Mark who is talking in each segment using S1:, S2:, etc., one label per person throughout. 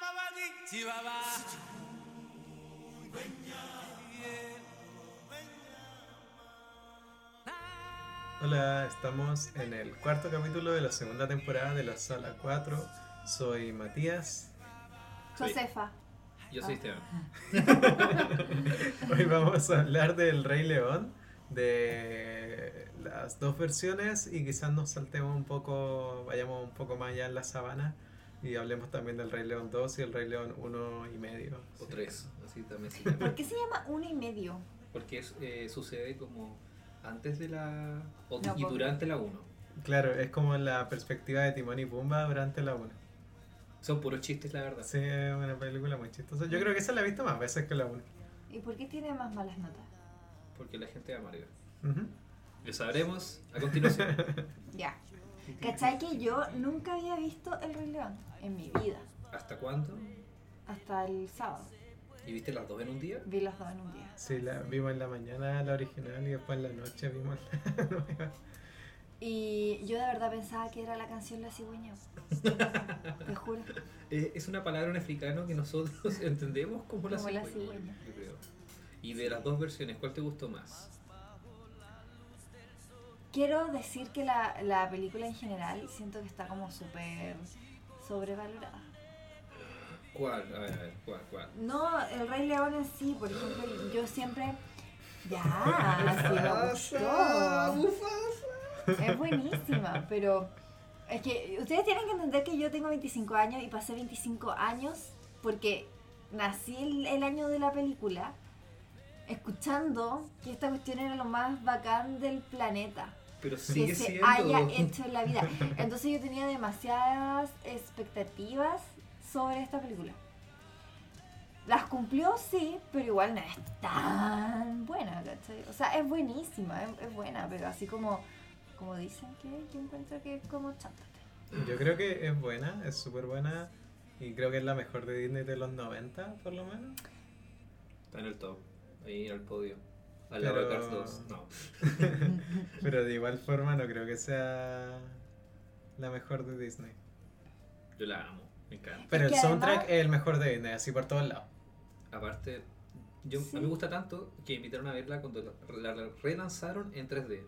S1: Mabadi Chihuahua.
S2: Hola, estamos en el cuarto capítulo de la segunda temporada de la Sala 4. Soy Matías.
S3: Soy-
S4: Josefa.
S3: Yo
S4: Ah.
S3: soy Esteban.
S2: Hoy vamos a hablar del Rey León, de las dos versiones y quizás nos saltemos un poco, vayamos un poco más allá en la sabana y hablemos también del Rey León 2 y el Rey León 1 y medio.
S3: O tres, así también se
S4: ¿Por
S3: llama.
S4: qué se llama uno y medio?
S3: Porque es- eh, sucede como antes de la. o-
S4: No,
S3: y
S4: por-
S3: durante la 1.
S2: Claro, es como la perspectiva de Timón y Pumba durante la 1.
S3: Son puros chistes, la verdad.
S2: Sí, es una película muy chistosa.
S3: Mm.
S2: Yo creo que esa la he visto más veces que la 1.
S4: ¿Y por qué tiene más malas notas?
S3: Porque la gente ama Leo. Lo sabremos a continuación.
S4: Ya. ¿Cachai que yo nunca había visto El Rey León en mi vida?
S3: ¿Hasta cuándo?
S4: Hasta el sábado.
S3: ¿Y viste las dos en un día?
S4: Vi los dos en un día.
S2: Sí, la vimos en la mañana la original y después en la noche vimos la nueva.
S4: Y yo de verdad pensaba que era la canción La Cigüeña. Te juro.
S3: Eh, es una palabra en africano que nosotros entendemos como la
S4: Como la
S3: cigüeña.
S4: cigüeña.
S3: yo creo. Y de las dos versiones, ¿cuál te gustó más?
S4: Quiero decir que la, la película en general siento que está como súper sobrevalorada.
S3: ¿Cuál? A ver, a ver, ¿cuál? ¿Cuál?
S4: No, El Rey León en sí, por ejemplo, yo siempre... Ya, sí, me gustó. Es buenísima, pero es que ustedes tienen que entender que yo tengo 25 años y pasé 25 años porque nací el, el año de la película escuchando que esta cuestión era lo más bacán del planeta
S3: Pero
S4: que
S3: sigue
S4: se
S3: siendo.
S4: haya hecho en la vida. Entonces yo tenía demasiadas expectativas sobre esta película. Las cumplió, sí, pero igual no es tan buena, ¿cachai? O sea, es buenísima, es, es buena, pero así como, como dicen que yo encuentro que es como chántate.
S2: Yo creo que es buena, es súper buena y creo que es la mejor de Disney de los 90 por lo menos.
S3: Está en el top. Ahí en el podio. Al lado de
S2: Pero-
S3: Cars 2. No.
S2: Pero de igual forma no creo que sea la mejor de Disney.
S3: Yo la amo. Me encanta.
S2: Pero
S4: Es
S2: el
S4: que
S2: soundtrack
S4: además-
S2: es el mejor de Disney, así por todos lados.
S3: Aparte, yo,
S4: Sí.
S3: a mí me gusta tanto que me invitaron a verla cuando la, la relanzaron en 3D.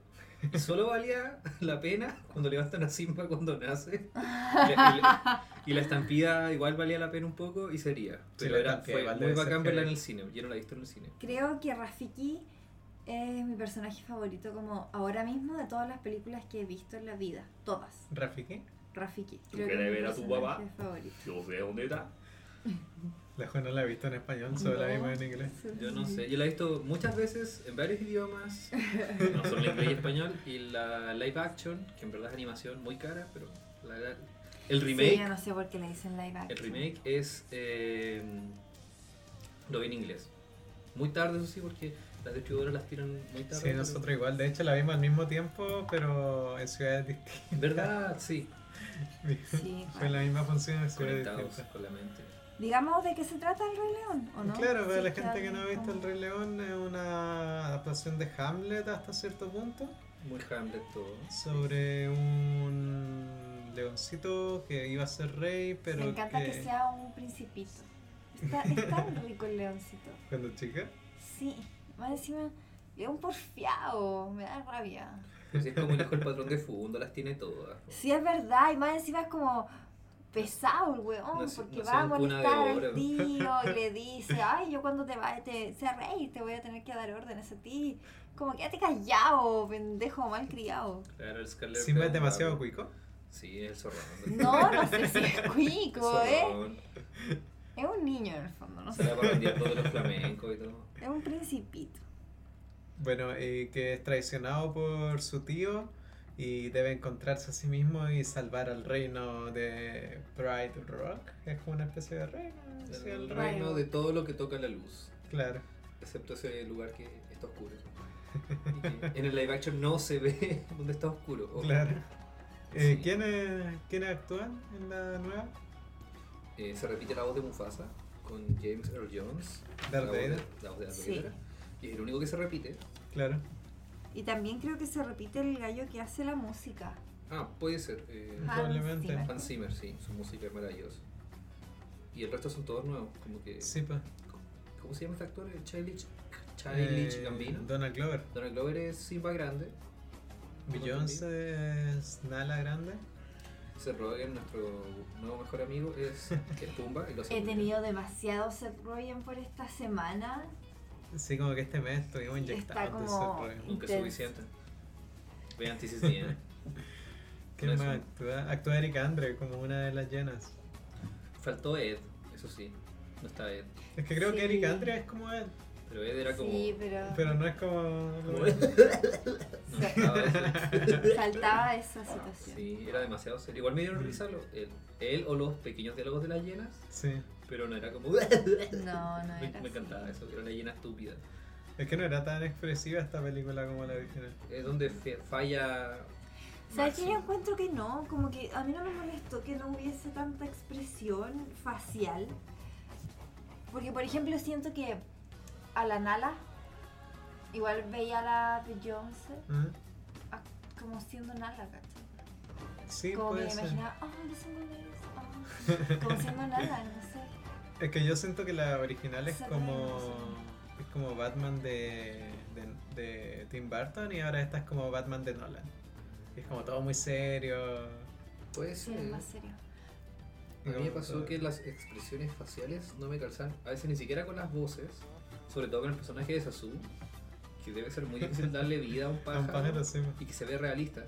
S3: Y Solo valía la pena cuando levantan a Simba cuando nace. Y la, y la- y la estampida igual valía la pena un poco y sería. Pero
S2: la
S3: era,
S2: estampida
S3: fue
S2: igual
S3: muy
S2: debe ser
S3: bacán verla en
S2: heavy.
S3: el cine. Yo no la he visto en el cine.
S4: Creo que Rafiki es mi personaje favorito como ahora mismo de todas las películas que he visto en la vida, todas.
S2: Rafiki,
S4: Rafiki.
S3: ¿Tú
S4: creo que
S3: querés
S4: es mi
S3: ver a tu
S4: personaje
S3: papá?
S4: favorito.
S3: Yo sé dónde está.
S2: la Juan no la he visto en español, solo la
S4: No.
S2: vimos en inglés.
S3: Yo no sé. Yo la he visto muchas veces en varios idiomas. No solo en inglés y español. Y la live action, que en verdad es animación muy cara, pero la- la- el remake.
S4: Sí, yo no sé por qué le dicen live action.
S3: El remake es. eh, lo vi en inglés. Muy tarde, eso sí, porque las distribuidoras las tiran muy tarde.
S2: Sí,
S3: pero-
S2: nosotros igual, de hecho la vimos al mismo tiempo, pero en ciudades distintas.
S3: ¿Verdad? Sí.
S4: Sí,
S2: Fue la misma función en ciudades
S3: Conectados
S2: distintas.
S3: con la mente.
S4: Digamos de qué se trata el Rey León, ¿o no?
S2: Claro, para
S4: Sí,
S2: la gente que no ha
S4: claro,
S2: visto El
S4: como-
S2: Rey León es una adaptación de Hamlet hasta cierto punto
S3: Muy Hamlet todo.
S2: sobre un leoncito que iba a ser rey, pero
S4: Me encanta que... sea un principito. Está, es tan rico el leoncito.
S2: cuando chica.
S4: Sí, más encima es un porfiado, me da rabia.
S3: Pues es como el hijo del patrón de Fundo, las tiene todas.
S4: Sí, es verdad, y más encima es como pesado el weón,
S3: Nació-
S4: porque
S3: nació
S4: va a
S3: en cuna de
S4: molestar
S3: oro.
S4: al tío y le dice, ay, yo cuando te vaya, te, sea rey, te voy a tener que dar órdenes a ti. Como quédate callado, pendejo malcriado.
S3: Claro, el Scarlet
S2: Simba es
S3: León,
S2: demasiado
S3: bravo.
S2: cuico.
S3: Sí, el zorrón.
S4: No, no sé si es
S3: El
S4: cuico, ¿eh?
S3: zorrón.
S4: Es un niño en el fondo, no
S3: Se la
S4: sé.
S3: va a rendir todo los flamencos y todo.
S4: Es un principito.
S2: Bueno, y que es traicionado por su tío y debe encontrarse a sí mismo y salvar al reino de Pride Rock. Es como una especie de reino. sí, el
S3: El
S2: rey.
S3: reino de todo lo que toca la luz.
S2: Claro.
S3: excepto ese lugar que está oscuro. Y que en el live action no se ve donde está oscuro. ojo.
S2: Claro. Eh,
S3: Sí.
S2: ¿quiénes, quiénes actúan en la nueva?
S3: Eh, se repite la voz de Mufasa con James Earl Jones.
S2: Darth
S3: la voz de-
S2: Vader.
S3: La voz de Darth
S4: Sí.
S3: Vader. Y es el único que se repite.
S2: Claro.
S4: Y también creo que se repite el gallo que hace la música.
S3: Ah, puede ser. eh,
S4: Hans
S2: Probablemente.
S4: Zimmer.
S3: Hans Zimmer, sí, su música es maravillosa. Y el resto son todos nuevos, como que...
S2: Sí, pa.
S3: ¿Cómo se llama este actor? El Childish, Childish
S2: Eh,
S3: Gambino.
S2: Donald Glover.
S3: Donald Glover es Simba grande.
S2: Beyoncé es Nala Grande.
S3: Seth Rogen, nuestro nuevo mejor amigo, es, es Pumba. y lo hace
S4: He
S3: muy
S4: tenido demasiado Seth Rogen por esta semana.
S2: Sí, como que este mes estuvimos
S4: Está
S2: inyectados de
S4: como-
S2: ese rollo.
S3: bien. Nunca es
S4: Intenso.
S3: suficiente. Vean TCCN.
S2: ¿Quién
S3: Por
S2: más
S3: eso.
S2: actúa? Actúa Eric Andre como una de las llenas.
S3: Faltó Ed, eso sí. No está Ed.
S2: Es que creo
S4: Sí.
S2: que Eric Andre es como él,
S3: Pero Ed era como...
S4: Sí, pero,
S2: pero no es como.
S3: como Ed. No, estaba Ed.
S4: saltaba esa situación.
S3: Sí, era demasiado serio. Igual me dieron risa lo- él, él o los pequeños diálogos de las llenas,
S2: Sí,
S3: pero no era como...
S4: No, no
S3: me,
S4: era.
S3: me encantaba
S4: así.
S3: eso, era una llena estúpida.
S2: es que no era tan expresiva esta película como la original.
S3: Es donde fe- falla...
S4: ¿Sabes qué?
S3: Máximo.
S4: Yo encuentro que no, como que a mí no me molestó que no hubiese tanta expresión facial. Porque, por ejemplo, siento que a la Nala, igual veía a la Beyoncé
S2: Ajá.
S4: como siendo Nala, ¿cachai?
S2: Sí,
S4: Como que
S2: puede
S4: me
S2: ser.
S4: imaginaba, oh, yo soy muy bella, oh", como siendo Nala, no sé.
S2: Es que yo siento que la original es
S4: Esa
S2: como.
S4: no
S2: Es como Batman de, de, de Tim Burton y ahora esta es como Batman de Nolan. Es como todo muy serio.
S3: Puede
S4: Sí,
S3: ser.
S4: es más serio.
S3: A mí me
S2: Como
S3: pasó
S2: todo-
S3: que las expresiones faciales no me calzan, a veces ni siquiera con las voces, sobre todo con el personaje de Sasu, que debe ser muy difícil darle vida a un
S2: a
S3: pájaro,
S2: un pájaro sí.
S3: y que se vea realista.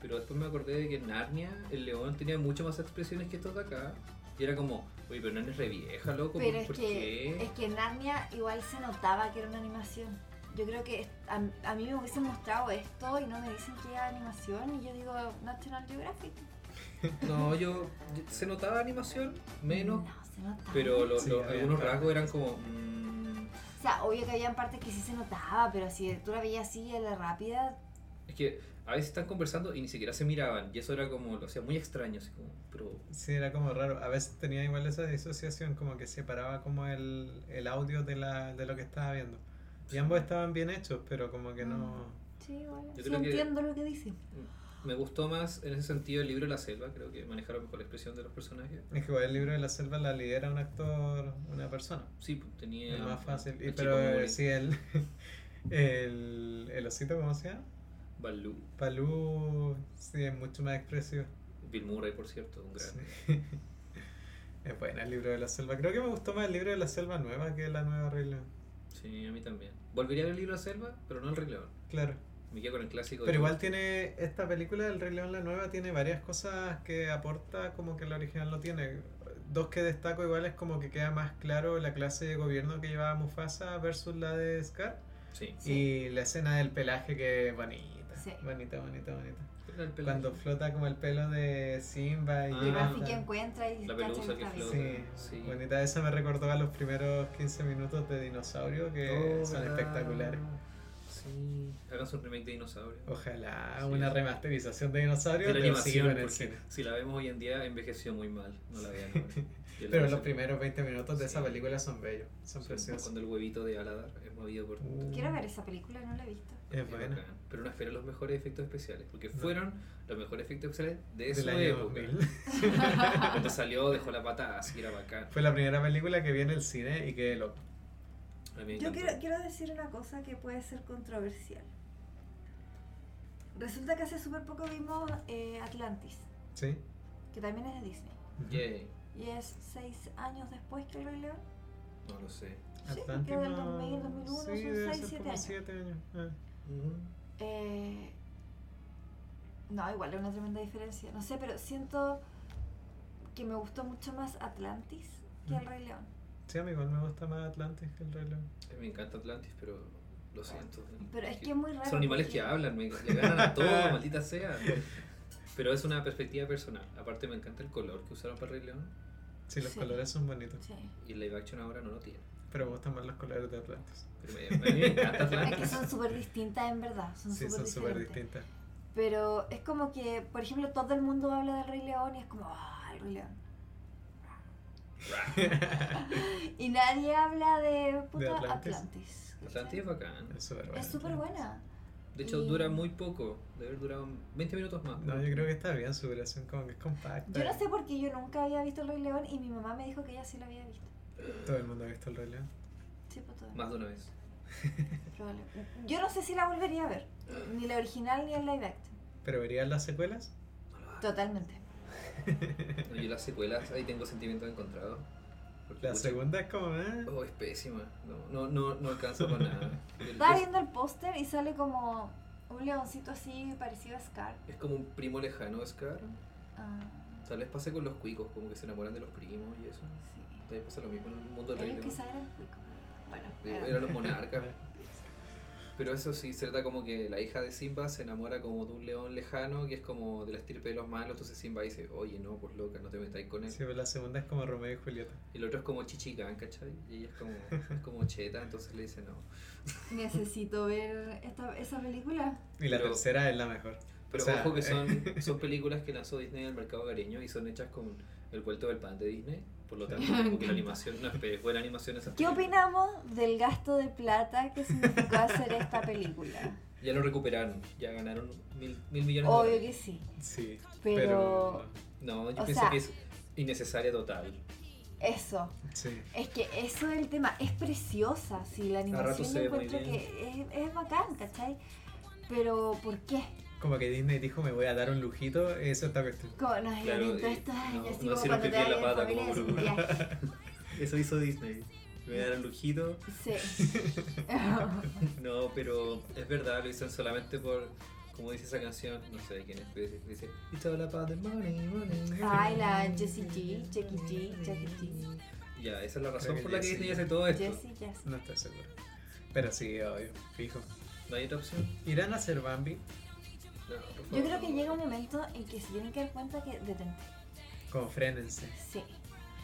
S3: Pero después me acordé de que en Narnia el león tenía mucho más expresiones que estos de acá, y era como, oye, pero Narnia es re vieja, loco,
S4: Pero
S3: ¿por,
S4: es
S3: por
S4: que,
S3: qué?
S4: es que Narnia igual se notaba que era una animación. Yo creo que a, a mí me hubiesen mostrado esto y no me dicen que era animación y yo digo National Geographic.
S3: No, yo, yo- se notaba animación, menos,
S4: No, se notaba.
S3: pero lo-
S2: Sí,
S3: lo-
S2: había
S3: algunos
S2: partes.
S3: rasgos eran como... mm,
S4: O sea, obvio que había partes que sí se notaba, pero si tú la veías así en la rápida,
S3: es que a veces están conversando y ni siquiera se miraban, y eso era como, lo hacía muy extraño, así como, pero...
S2: Sí, era como raro. A veces tenía igual esa disociación, como que separaba como el, el audio de, la, de lo que estaba viendo. Y ambos estaban bien hechos, pero como que no...
S3: Mm.
S4: sí, bueno,
S3: Yo
S4: sí
S3: creo que-
S4: entiendo lo que dicen.
S3: Me gustó más en ese sentido el libro La Selva, creo que manejaron mejor la expresión de los personajes.
S2: Es que igual el libro de la selva la lidera un actor, una persona.
S3: Sí, pues, tenía.
S2: Es más fácil. Y
S3: al
S2: pero
S3: chico
S2: eh,
S3: Mowgli.
S2: sí, el, el, el osito, ¿cómo se llama?
S3: Balú,
S2: Balú, sí, es mucho más expresivo.
S3: Bill Murray, por cierto, un gran.
S2: Sí. Es bueno el libro de la selva. Creo que me gustó más el libro de la selva nueva que la nueva regla.
S3: Sí. a mí también. Volvería a ver el libro La Selva, pero no el Rey León.
S2: Claro.
S3: Me quedo con el clásico.
S2: Pero
S3: de-
S2: igual tiene esta película del Rey León la nueva tiene varias cosas que aporta como que la original no tiene. Dos que destaco igual es como que queda más claro la clase de gobierno que llevaba Mufasa versus la de Scar
S3: Sí.
S2: y la escena del pelaje que es bonita,
S4: Sí.
S2: bonita, bonita, bonita.
S3: Era el pelo.
S2: Cuando flota como el pelo de Simba y
S3: Ah.
S4: Y
S2: llega
S4: Rafi
S2: hasta-
S4: que encuentra y
S3: La
S4: cacha
S3: pelusa
S4: el
S3: que
S4: cabello.
S3: flota.
S2: Sí,
S3: Sí.
S2: bonita esa me recordó a los primeros 15 minutos de Dinosaurio que
S3: Oh,
S2: son
S3: ¿verdad?
S2: espectaculares.
S3: Sí. Hagan su remake de dinosaurio.
S2: Ojalá
S3: Sí.
S2: una remasterización de Dinosaurio
S3: de la
S2: pero sí,
S3: animación,
S2: en el
S3: porque
S2: cine.
S3: si la vemos hoy en día envejeció muy mal. No la vean ahora. Y
S2: Pero
S3: el Rey
S2: los
S3: León-
S2: primeros 20 minutos de esa
S3: Sí.
S2: película son bellos, son
S3: Sí,
S2: preciosos.
S3: Cuando el huevito de Aladar es movido por.
S2: Uh,
S4: Quiero ver esa película, no la he visto.
S2: Es
S3: Es
S2: buena.
S3: bacán, Pero no esperan los mejores efectos especiales, porque
S2: No.
S3: fueron los mejores efectos especiales de
S2: Del
S3: su
S2: año
S3: época. Ah,
S2: 2000.
S3: Cuando salió dejó la pata así, era bacán.
S2: Fue la primera película que vi en el cine y que lo
S3: A mí me
S4: Yo
S3: encantó.
S4: quiero, quiero decir una cosa que puede ser controversial. Resulta que hace súper poco vimos eh, Atlantis,
S2: ¿Sí?
S4: que también es de Disney.
S3: Yay.
S4: Y es seis años después que el Rey León.
S3: No lo sé.
S4: Sí,
S2: Atlantis
S4: creo del
S2: no-
S4: 2000, 2001,
S2: sí,
S4: son
S2: debe
S4: seis,
S2: ser
S4: siete
S2: como
S4: años.
S2: siete años. Ah.
S4: Eh, no, igual es una tremenda diferencia. No sé, pero siento que me gustó mucho más Atlantis que el Rey León.
S2: Sí, a mí igual me gusta más Atlantis que el reloj.
S3: A mí Me encanta Atlantis, pero lo siento.
S4: Pero es que es muy raro.
S3: Son animales
S4: porque-
S3: que hablan, me, le ganan a todo, maldita sea. Pero es una perspectiva personal. Aparte me encanta el color que usaron para el Rey León
S2: Sí, los
S4: Sí.
S2: colores son bonitos,
S4: Sí.
S3: y el live action ahora no lo tiene.
S2: pero me gustan más los colores de Atlantis.
S3: Pero me, a mí me encanta
S4: Es que
S3: Atlantis.
S4: son súper distintas en verdad. Son
S2: Sí,
S4: súper
S2: son súper
S4: diferentes.
S2: distintas.
S4: Pero es como que, por ejemplo, todo el mundo habla del Rey León y es como, ah, el Rey León. y nadie habla de puta
S2: Atlantis.
S4: Atlantis. ¿cachai?
S3: Atlantis es bacán.
S2: Es súper bueno.
S4: Es súper buena.
S3: De hecho,
S4: Y-
S3: dura muy poco. Debe haber durado 20 minutos más.
S2: No, yo creo que está bien su duración, como que es compacta.
S4: Yo no sé por qué yo nunca había visto El Rey León y mi mamá me dijo que ella sí lo había visto.
S2: Todo el mundo ha visto el Rey León.
S4: Sí, pues todo.
S3: Más de una vez.
S4: probable. Yo no sé si la volvería a ver, ni la original ni el live action.
S2: ¿Pero verías las secuelas?
S4: Ah. Totalmente.
S3: No, yo las secuelas, ahí tengo sentimientos encontrados. Porque,
S2: La
S3: pucha,
S2: segunda es como, ¿eh?
S3: Oh, es pésima. No, no, no, no alcanzo con nada. El-
S4: Estaba
S3: es,
S4: viendo el póster y sale como un leoncito así parecido a Scar.
S3: es como un primo lejano, Scar.
S4: Ah,
S3: Tal vez pase con los cuicos, como que se enamoran de los primos y eso.
S4: sí.
S3: Tal vez pasa lo mismo en el mundo del
S4: Ellos
S3: reino.
S4: quizás eran cuicos. Bueno,
S3: Eh,
S4: era-
S3: Eran los monarcas. Pero eso sí, se trata como que la hija de Simba se enamora como de un león lejano que es como de la estirpe de los malos. Entonces Simba dice, oye, no, pues loca, no te metáis con él.
S2: Sí, pero la segunda es como Romeo y Julieta.
S3: Y el otro es como chichigán, ¿cachai? Y ella es como, es como cheta, entonces le dice no.
S4: necesito ver esta, esa película.
S2: Y la
S3: Pero-
S2: tercera es la mejor.
S3: Pero
S2: O sea, eh.
S3: ojo que son, son películas que lanzó Disney en el mercado cariño y son hechas con el vuelto del pan de Disney. Por lo tanto, como que la animación no es pe- buena animación esa
S4: ¿Qué opinamos del gasto de plata que significó hacer esta película?
S3: Ya lo recuperaron, ya ganaron mil, mil millones de
S4: Obvio
S3: dólares.
S4: que sí,
S2: Sí,
S4: pero
S3: No, yo
S4: O
S3: pienso
S4: sea-
S3: que es innecesaria total.
S4: eso.
S2: Sí.
S4: Es que eso es el tema, es preciosa, si la
S3: rato
S4: animación
S3: se
S4: yo
S3: ve muy
S4: encuentro
S3: bien.
S4: que es, es bacán, ¿cachai? Pero ¿por qué?
S2: Como que Disney dijo, me voy a dar un lujito, eso está cuestión.
S4: Como nos
S3: Claro,
S4: violentó
S3: y-
S4: estos años,
S3: no,
S4: así
S3: no
S4: como
S3: hicieron
S4: cuando te
S3: pipí en la
S4: dañan la
S3: pata,
S4: familia
S3: como
S4: decís, ya,
S3: Eso hizo Disney. Me dar un lujito.
S4: Sí.
S3: No, pero es verdad, lo hicieron solamente por, como dice esa canción, no sé de quién es, pero dice, dice, It's all about the money, money.
S4: Ay, la Jessie G, Jackie G, Jackie G.
S3: Ya, esa es la razón
S2: Creo
S3: por
S2: que
S3: la que
S2: Jessie.
S3: Disney hace todo esto.
S4: Jessie, Jessie.
S2: No estoy seguro. Pero sí, obvio, fijo.
S3: No hay otra opción.
S2: ¿Irán a hacer Bambi?
S3: No, por favor.
S4: Yo creo que llega un momento en que se tienen que dar cuenta que detente.
S2: Como frénense.
S4: Sí.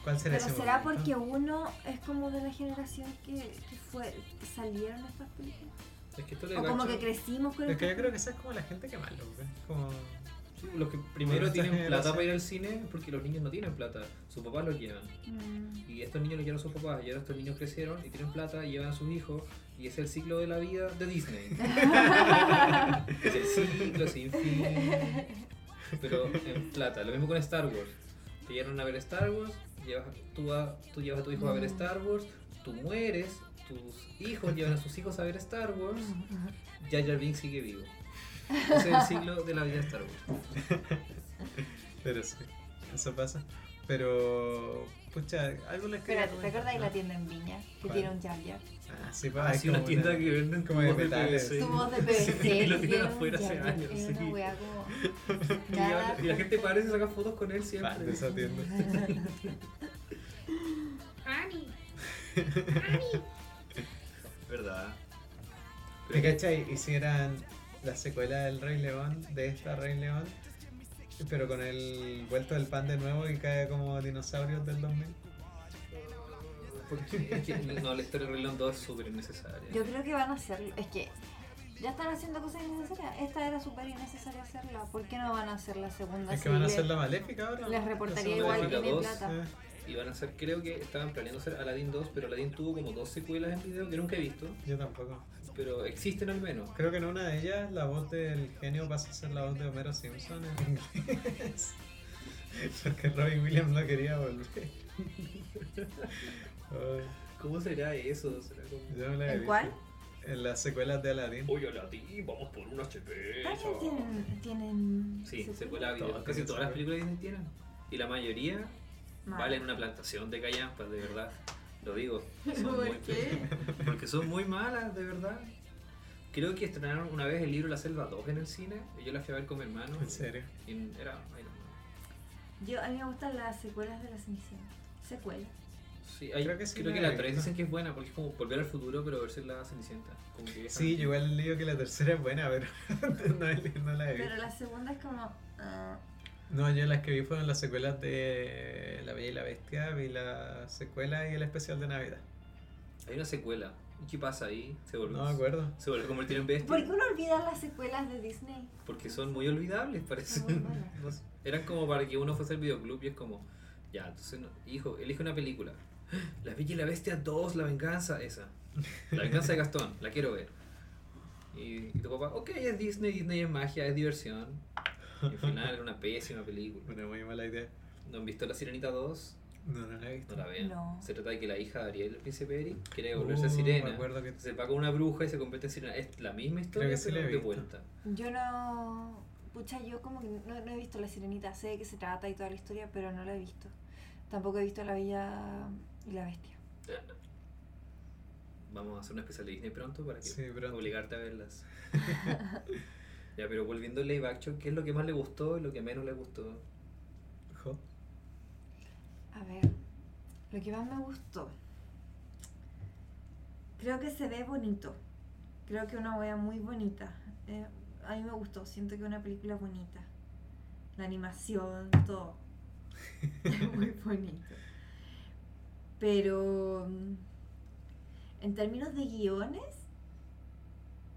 S2: ¿Cuál será
S4: Pero
S2: ese
S4: será
S2: momento?
S4: porque uno es como de la generación que, que fue que salieron estas películas.
S3: Es que esto le
S4: O como
S3: gancho-
S4: que crecimos con
S2: Es que yo
S4: estas
S2: creo que esa es como la gente que más lo ve. Como...
S3: Sí, Los que primero
S2: Esta
S3: tienen plata
S2: generación.
S3: para ir al cine porque los niños no tienen plata. Sus papás los llevan.
S4: Mm,
S3: Y estos niños los llevan a sus papás. Y ahora estos niños crecieron y tienen plata y llevan a sus hijos. Y es el ciclo de la vida de Disney. es el ciclo sin fin. Pero en plata. Lo mismo con Star Wars. Te llevaron a ver Star Wars. Llevas, tú, a- tú llevas a tu hijo
S4: Mm.
S3: a ver Star Wars. Tú mueres. Tus hijos llevan a sus hijos a ver Star Wars. Jar Jar Binks sigue vivo. Ese es el ciclo de la vida de Star Wars.
S2: Pero sí, eso pasa. Pero, pucha, algo les quería
S4: Espérate, ¿te acordás de la
S2: comentar,
S4: tienda en Viña? Que
S2: ¿Cuál?
S4: tiene un Jar Jar.
S2: ¿no? Ah, sí, pues,
S3: Ah,
S2: hay
S3: sí, una
S2: como
S3: tienda que venden
S2: como
S3: como
S2: de
S3: de
S2: metales.
S3: PVC.
S4: Tu voz de
S3: Sí,
S4: PVC.
S3: lo tienen
S4: hicieron
S3: afuera hace
S4: Jar Jar.
S3: años,
S4: Es una
S3: sí.
S4: wea como.
S3: Y
S4: cada
S3: la- Y la gente
S4: punto.
S3: para y se saca fotos con él siempre.
S2: fan de esa tienda.
S3: Verdad.
S2: ¿Te cachai? Hicieran la secuela del Rey León, de esta Rey León, pero con el vuelto del pan de nuevo y cae como dinosaurios del 2000.
S3: Porque es que no, la historia de Rey León 2 es súper innecesaria.
S4: Yo creo que van a hacerlo. Es que ya están haciendo cosas innecesarias. Esta era súper innecesaria hacerla. ¿Por qué no van a hacer la segunda?
S2: Es que
S4: Si
S2: van a
S4: le-
S2: hacer la maléfica ahora.
S4: Les
S2: La
S4: reportaría
S2: segunda
S4: igual
S3: Maléfica
S4: que mi
S3: 2,
S4: plata.
S2: Eh,
S3: Y van a hacer, creo que estaban planeando hacer Aladdin 2, pero Aladdin tuvo como dos secuelas en video que nunca he visto,
S2: Eh, yo tampoco.
S3: pero existen al menos.
S2: Creo que en una de ellas la voz del genio pasa a ser la voz de Homero Simpson en inglés. Porque Robin Williams no quería volver. Ay,
S3: ¿Cómo será eso? ¿Será como...
S2: yo no la he
S4: ¿En
S2: visto.
S4: cuál?
S2: En las secuelas de Aladdin.
S3: Oye, Aladdin, vamos por una
S4: También
S3: cerveza.
S4: tienen. tienen
S3: Sí,
S4: se-
S3: secuela de video.
S2: Todas
S3: Casi
S2: tienen
S3: todas las
S2: secuela.
S3: películas Disney tienen. Y la mayoría
S4: Mal.
S3: valen una plantación de callampas, de verdad. Lo digo. Son
S4: ¿Por
S3: muy
S4: qué?
S3: pe- Porque son muy malas, de verdad. Creo que estrenaron una vez el libro La Selva 2 en el cine. y yo la fui a ver con mi hermano.
S2: En serio.
S3: Y era. ay, no.
S4: Yo, a mí me gustan las secuelas de la Cenicienta. Secuelas.
S3: Sí,
S2: Creo
S3: hay- creo
S2: que
S3: que,
S2: sí la he
S3: la
S2: visto.
S3: 3 dicen que es buena porque es como volver al futuro, pero verse la Cenicienta. Como que esa-
S2: Sí, yo igual le digo que la tercera es buena, pero no, no la he visto.
S4: Pero la segunda es como. ah,
S2: No, yo las que vi fueron las secuelas de La Bella y la Bestia, vi la secuela y el especial de Navidad.
S3: Hay una secuela. ¿Y qué pasa ahí? Se volvió.
S2: No me acuerdo.
S3: se volvió a convertir en bestia.
S4: ¿Por qué uno olvida las secuelas de Disney?
S3: Porque son muy olvidables, parece.
S4: Son muy malas.
S3: No sé. Eran como para que uno fuese al videoclub y es como, ya, entonces, no- hijo, elige una película. La Bella y la Bestia 2, La Venganza, esa. La Venganza de Gastón, la quiero ver. Y Y, y tu papá, ok, es Disney, Disney es magia, es diversión. Y al final era una pésima película.
S2: Una muy mala idea.
S3: ¿No han visto La Sirenita 2?
S2: No, no la he visto.
S3: No la vean.
S4: No.
S3: Se trata de que la hija de Ariel, el príncipe Eric, quiere volverse
S2: Uh, Me
S3: sirena.
S2: acuerdo que
S3: Se va con una bruja y se convierte en sirena. Es la misma historia,
S2: que sí la
S3: pero
S2: he
S3: de
S2: visto.
S3: vuelta.
S4: Yo no. Pucha, yo como que no, no he visto la sirenita, sé de qué se trata y toda la historia, pero no la he visto. Tampoco he visto la bella y la bestia.
S3: Vamos a hacer una especial de Disney pronto para que
S2: Sí, pronto.
S3: obligarte a verlas. ya, pero volviendo al live action, ¿qué es lo que más le gustó y lo que menos le gustó?
S2: Jo.
S4: A ver, lo que más me gustó. Creo que se ve bonito. Creo que una wea muy bonita. Eh, a mí me gustó, siento que es una película bonita. La animación, todo. Es muy bonito. Pero mm, en términos de guiones,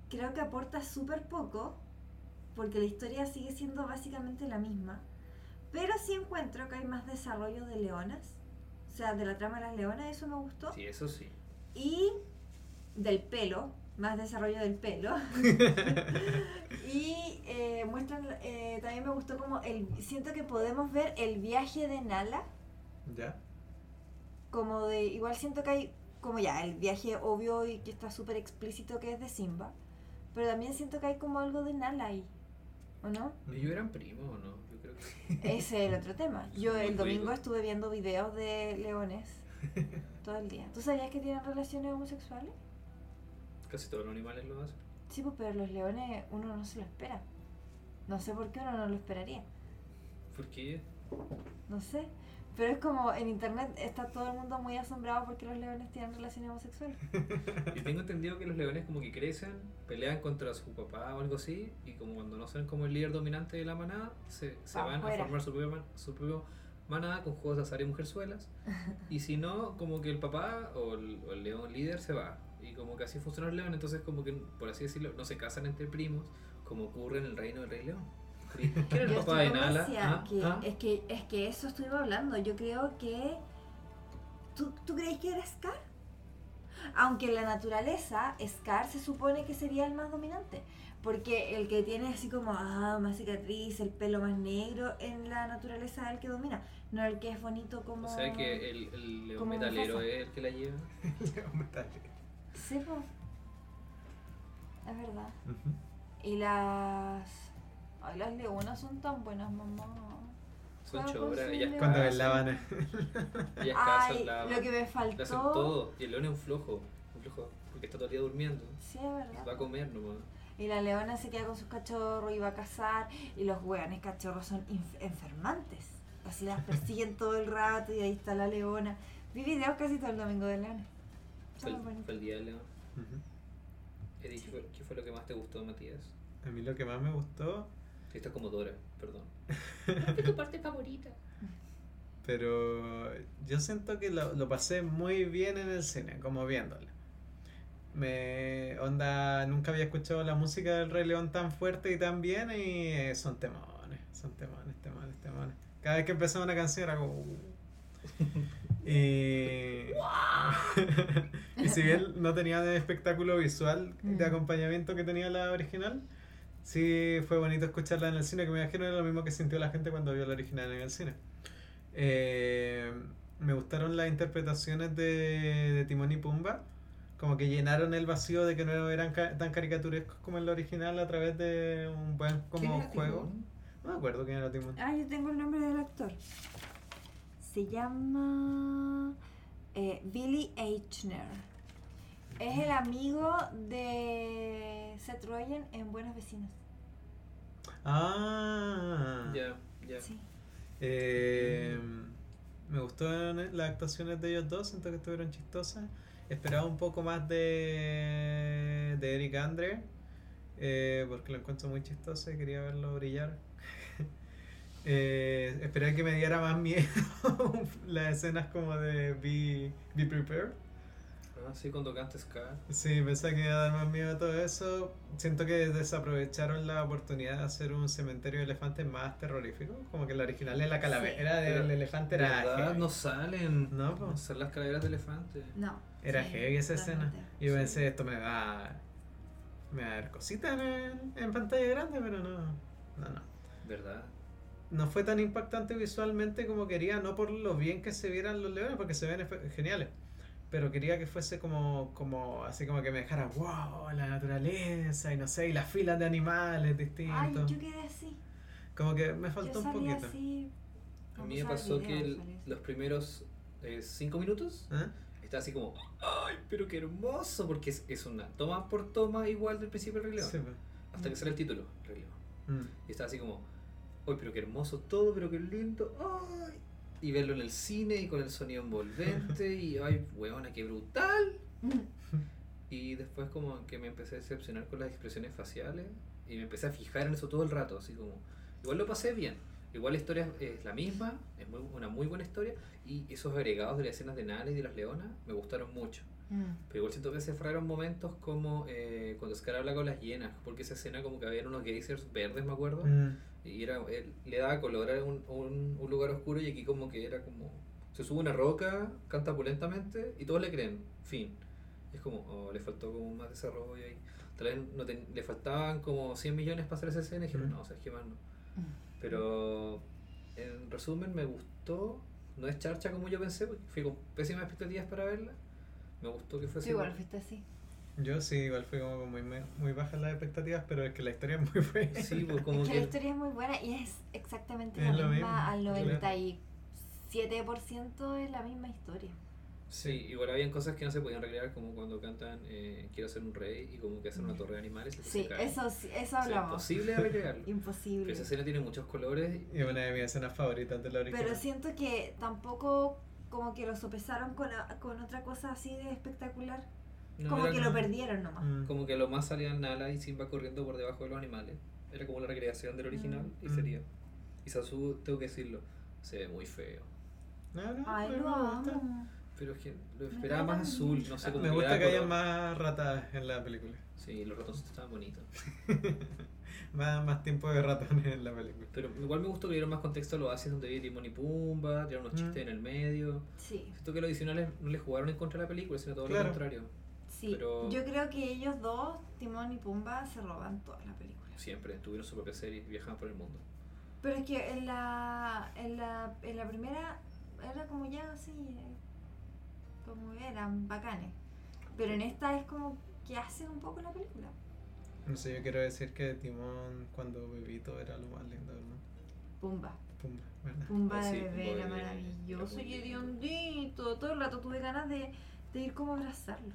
S4: creo que aporta súper poco, porque la historia sigue siendo básicamente la misma. Pero sí encuentro que hay más desarrollo de leonas. O sea, de la trama de las leonas, eso me gustó.
S3: Sí, eso sí.
S4: Y del pelo, más desarrollo del pelo. y eh, muestran, eh, también me gustó como, el, siento que podemos ver el viaje de Nala.
S2: ¿Ya?
S4: Como de, igual siento que hay, como ya, el viaje obvio y que está súper explícito que es de Simba. Pero también siento que hay como algo de Nala ahí. ¿O no?
S2: Mm.
S3: ¿Ellos eran primos o no? Yo creo que sí.
S4: Ese es el otro tema. Yo
S3: Muy
S4: el domingo
S3: rico.
S4: estuve viendo videos de leones todo el día. ¿Tú sabías que tienen relaciones homosexuales?
S3: Casi todos los animales lo hacen.
S4: Sí, pues, pero los leones uno no se lo espera. No sé por qué uno no lo esperaría.
S3: ¿Por qué?
S4: No sé. Pero es como en internet está todo el mundo muy asombrado porque los leones tienen relaciones homosexuales.
S3: Yo tengo entendido que los leones como que crecen, pelean contra su papá o algo así, y como cuando no son como el líder dominante de la manada, se, se
S4: Pa'
S3: van a
S4: afuera.
S3: formar su propia, man- su propia manada con juegos de azar y mujerzuelas. Y si no, como que el papá o el, o el león líder se va. Y como que así funciona el león, entonces como que, por así decirlo, no se casan entre primos, como ocurre en el reino del rey león. ¿Quién era el
S4: Yo
S3: papá de
S4: estoy
S3: Nala?
S4: convencida
S3: Ah,
S4: que-
S3: ah.
S4: Es, que, es que eso estuvimos hablando. Yo creo que. ¿Tú, tú crees que era Scar? Aunque en la naturaleza, Scar se supone que sería el más dominante. Porque el que tiene así como ah, más cicatriz, el pelo más negro, en la naturaleza es el que domina. No el que es bonito como.
S3: O sea que el, el león
S4: como
S3: metalero
S4: Mufasa.
S3: es el que la lleva.
S2: Leo Metallica.
S4: Sí, po. Es verdad.
S2: Ujú.
S4: Y las. Ay, las leonas son tan buenas, mamá.
S3: Son
S4: Juegan con
S3: choras,
S4: su
S3: ellas
S4: león.
S2: Cuando
S4: Ah,
S3: cazan,
S2: bailaban.
S3: ellas
S4: Ay,
S3: cazan, lavan.
S4: lo que me
S3: Le hacen
S4: faltó.
S3: todo. Y el león es un flojo. Un flojo. Porque está todo el día durmiendo.
S4: Sí, es verdad.
S3: Va a comer nomás.
S4: Y la leona se queda con sus cachorros y va a cazar. Y los hueones cachorros son inf- enfermantes. Así las persiguen todo el rato y ahí está la leona. Vi videos casi todo el domingo de leones. Está
S3: Fue el,
S4: muy bonito.
S3: fue el día del león.
S2: Ujú.
S3: Edith, ¿qué fue- ¿qué fue lo que más te gustó, Matías?
S2: A mí lo que más me gustó,
S3: Esto es como Dora, perdón.
S5: tu parte favorita?
S2: pero yo siento que lo, lo pasé muy bien en el cine, como viéndolo. Me onda, nunca había escuchado la música del Rey León tan fuerte y tan bien y eh, son temones, son temones, temones, temones. Cada vez que empezaba una canción era como... uh. Y... y si bien no tenía de espectáculo visual de
S4: Mm.
S2: acompañamiento que tenía la original, sí fue bonito escucharla en el cine, que me imagino era lo mismo que sintió la gente cuando vio la original en el cine. Eh, me gustaron las interpretaciones de, de Timón y Pumba, como que llenaron el vacío de que no eran ca- tan caricaturescos como en la original a través de un buen como juego. No me acuerdo quién era Timón.
S4: Ah, yo tengo el nombre del actor. Se llama eh, Billy Eichner. Es el amigo de Seth Rogen en Buenos Vecinos.
S2: Ah,
S3: Ya, ya.
S4: Sí.
S2: Eh, me gustaron las actuaciones de ellos dos, siento que estuvieron chistosas. Esperaba un poco más de, de Eric Andre, eh, porque lo encuentro muy chistoso y quería verlo brillar. Eh, esperé que me diera más miedo las escenas como de Be, Be Prepared.
S3: Ah, sí, cuando canta Ska.
S2: Sí, pensé que iba a dar más miedo a todo eso. Siento que desaprovecharon la oportunidad de hacer un cementerio de elefantes más terrorífico. Como que la original es la calavera
S3: Sí.
S2: del
S3: Pero,
S2: elefante. Era
S3: ¿Verdad?
S2: heavy.
S3: No salen.
S2: No, po.
S3: Son las calaveras de elefante.
S4: No.
S2: Era
S4: sí,
S2: heavy esa escena.
S4: totalmente.
S2: Y yo
S3: Sí.
S2: pensé, esto me va. Me va a ver cositas en, en pantalla grande, pero no. No, no.
S3: ¿Verdad?
S2: No fue tan impactante visualmente como quería, no por lo bien que se vieran los leones, porque se ven efe- geniales. Pero quería que fuese como, como, así como que me dejara, wow, la naturaleza y no sé, y las filas de animales
S4: Ay,
S2: distintos.
S4: yo quedé así.
S2: Como que me
S4: yo
S2: faltó un
S4: salí
S2: poquito.
S4: así.
S3: A
S4: cuando
S3: mí me
S4: usaba
S3: pasó que
S4: video,
S3: el-
S4: salí así.
S3: los primeros eh, cinco minutos
S2: ¿Eh?
S3: está así como, ¡ay, pero qué hermoso! Porque es, es una toma por toma igual del principio del Rey León.
S2: Sí, pues.
S3: Hasta que sale el título, Rey León.
S2: Mm.
S3: Y está así como, ¡ay, pero qué hermoso todo, pero qué lindo! ¡ay! Y verlo en el cine y con el sonido envolvente y, ¡ay, weona, qué brutal!
S4: Mm,
S3: Y después como que me empecé a decepcionar con las expresiones faciales y me empecé a fijar en eso todo el rato, así como, igual lo pasé bien, igual la historia es es la misma, es muy- una muy buena historia y esos agregados de las escenas de Nala y de las leonas me gustaron mucho.
S4: mm.
S3: Pero igual siento que se fueron momentos como eh, cuando Scar habla con las hienas, porque esa escena como que había unos geysers verdes, me acuerdo,
S2: Mm.
S3: y era, él- le daba color a un, un- un lugar oscuro y aquí como que era como... Se sube una roca, canta opulentamente y todos le creen, fin. Y es como, oh, le faltó como más desarrollo ahí. Tal vez no ten- le faltaban como 100 millones para hacer esa escena y dijeron,
S2: Mm.
S3: no, sabes qué más no.
S4: mm.
S3: Pero en resumen me gustó, no es charcha como yo pensé, porque fui con pésimas expectativas para verla. Me gustó que
S4: Tú
S3: fuese...
S4: igual fuiste así.
S2: Yo sí, igual fue como muy, me- muy bajas las expectativas, pero es que la historia es muy buena.
S3: Sí, pues como
S4: Es que este la
S3: que...
S4: historia es muy buena y es exactamente
S2: Es
S4: la
S2: lo
S4: misma al
S2: mismo,
S4: 97% es la misma historia.
S3: Sí, igual habían cosas que no se podían recrear, como cuando cantan eh, Quiero ser un rey y como que hacen una torre de animales. y
S4: Sí,
S3: se caen.
S4: eso, sí- eso
S3: O sea,
S4: hablamos.
S3: imposible de recrearlo. Pero
S4: Imposible.
S3: esa escena tiene muchos colores.
S2: Y una de mis escenas favoritas de la original.
S4: Pero siento que tampoco como que lo sopesaron con, a- con otra cosa así de espectacular.
S3: No,
S4: como
S3: era
S4: que lo perdieron nomás.
S2: Mm.
S3: Como que lo más salían Nala y Simba corriendo por debajo de los animales. Era como la recreación del original y
S2: Mm.
S3: sería. Y Sasu, tengo que decirlo, se ve muy feo.
S2: No, no,
S4: Ay,
S2: pero
S4: lo
S2: me gusta.
S4: amo.
S3: Pero es que lo
S4: Me
S3: esperaba
S4: encanta.
S3: más azul, no sé cómo
S2: Me gusta que haya más ratas en la película.
S3: Sí, los ratoncitos estaban bonitos.
S2: Más, más tiempo de ratones en la película.
S3: Pero igual me gustó que dieron más contexto a los haces donde vi Timón y Pumba, dieron unos
S2: Mm.
S3: chistes en el medio.
S4: Sí,
S3: Siento que los adicionales no le jugaron en contra de la película, sino todo
S2: Claro.
S3: lo contrario.
S4: sí.
S3: Pero-
S4: Yo creo que ellos dos, Timón y Pumba, se roban toda la película.
S3: Siempre tuvieron su propia serie y viajaban por el mundo.
S4: Pero es que en la, en la, en la primera era como ya así, eh, como eran bacanes. Pero en esta es como que hacen un poco la película.
S2: No sé, yo quiero decir que Timón cuando bebito era lo más lindo, ¿no?
S4: Pumba.
S2: Pumba, ¿verdad?
S4: Pumba de
S3: Ah, sí,
S4: bebé
S3: Pumba
S4: era
S3: de bebé,
S4: maravilloso
S3: era muy
S4: y
S3: lindo.
S4: hediondito. Todo el rato tuve ganas de, de ir como a abrazarlos.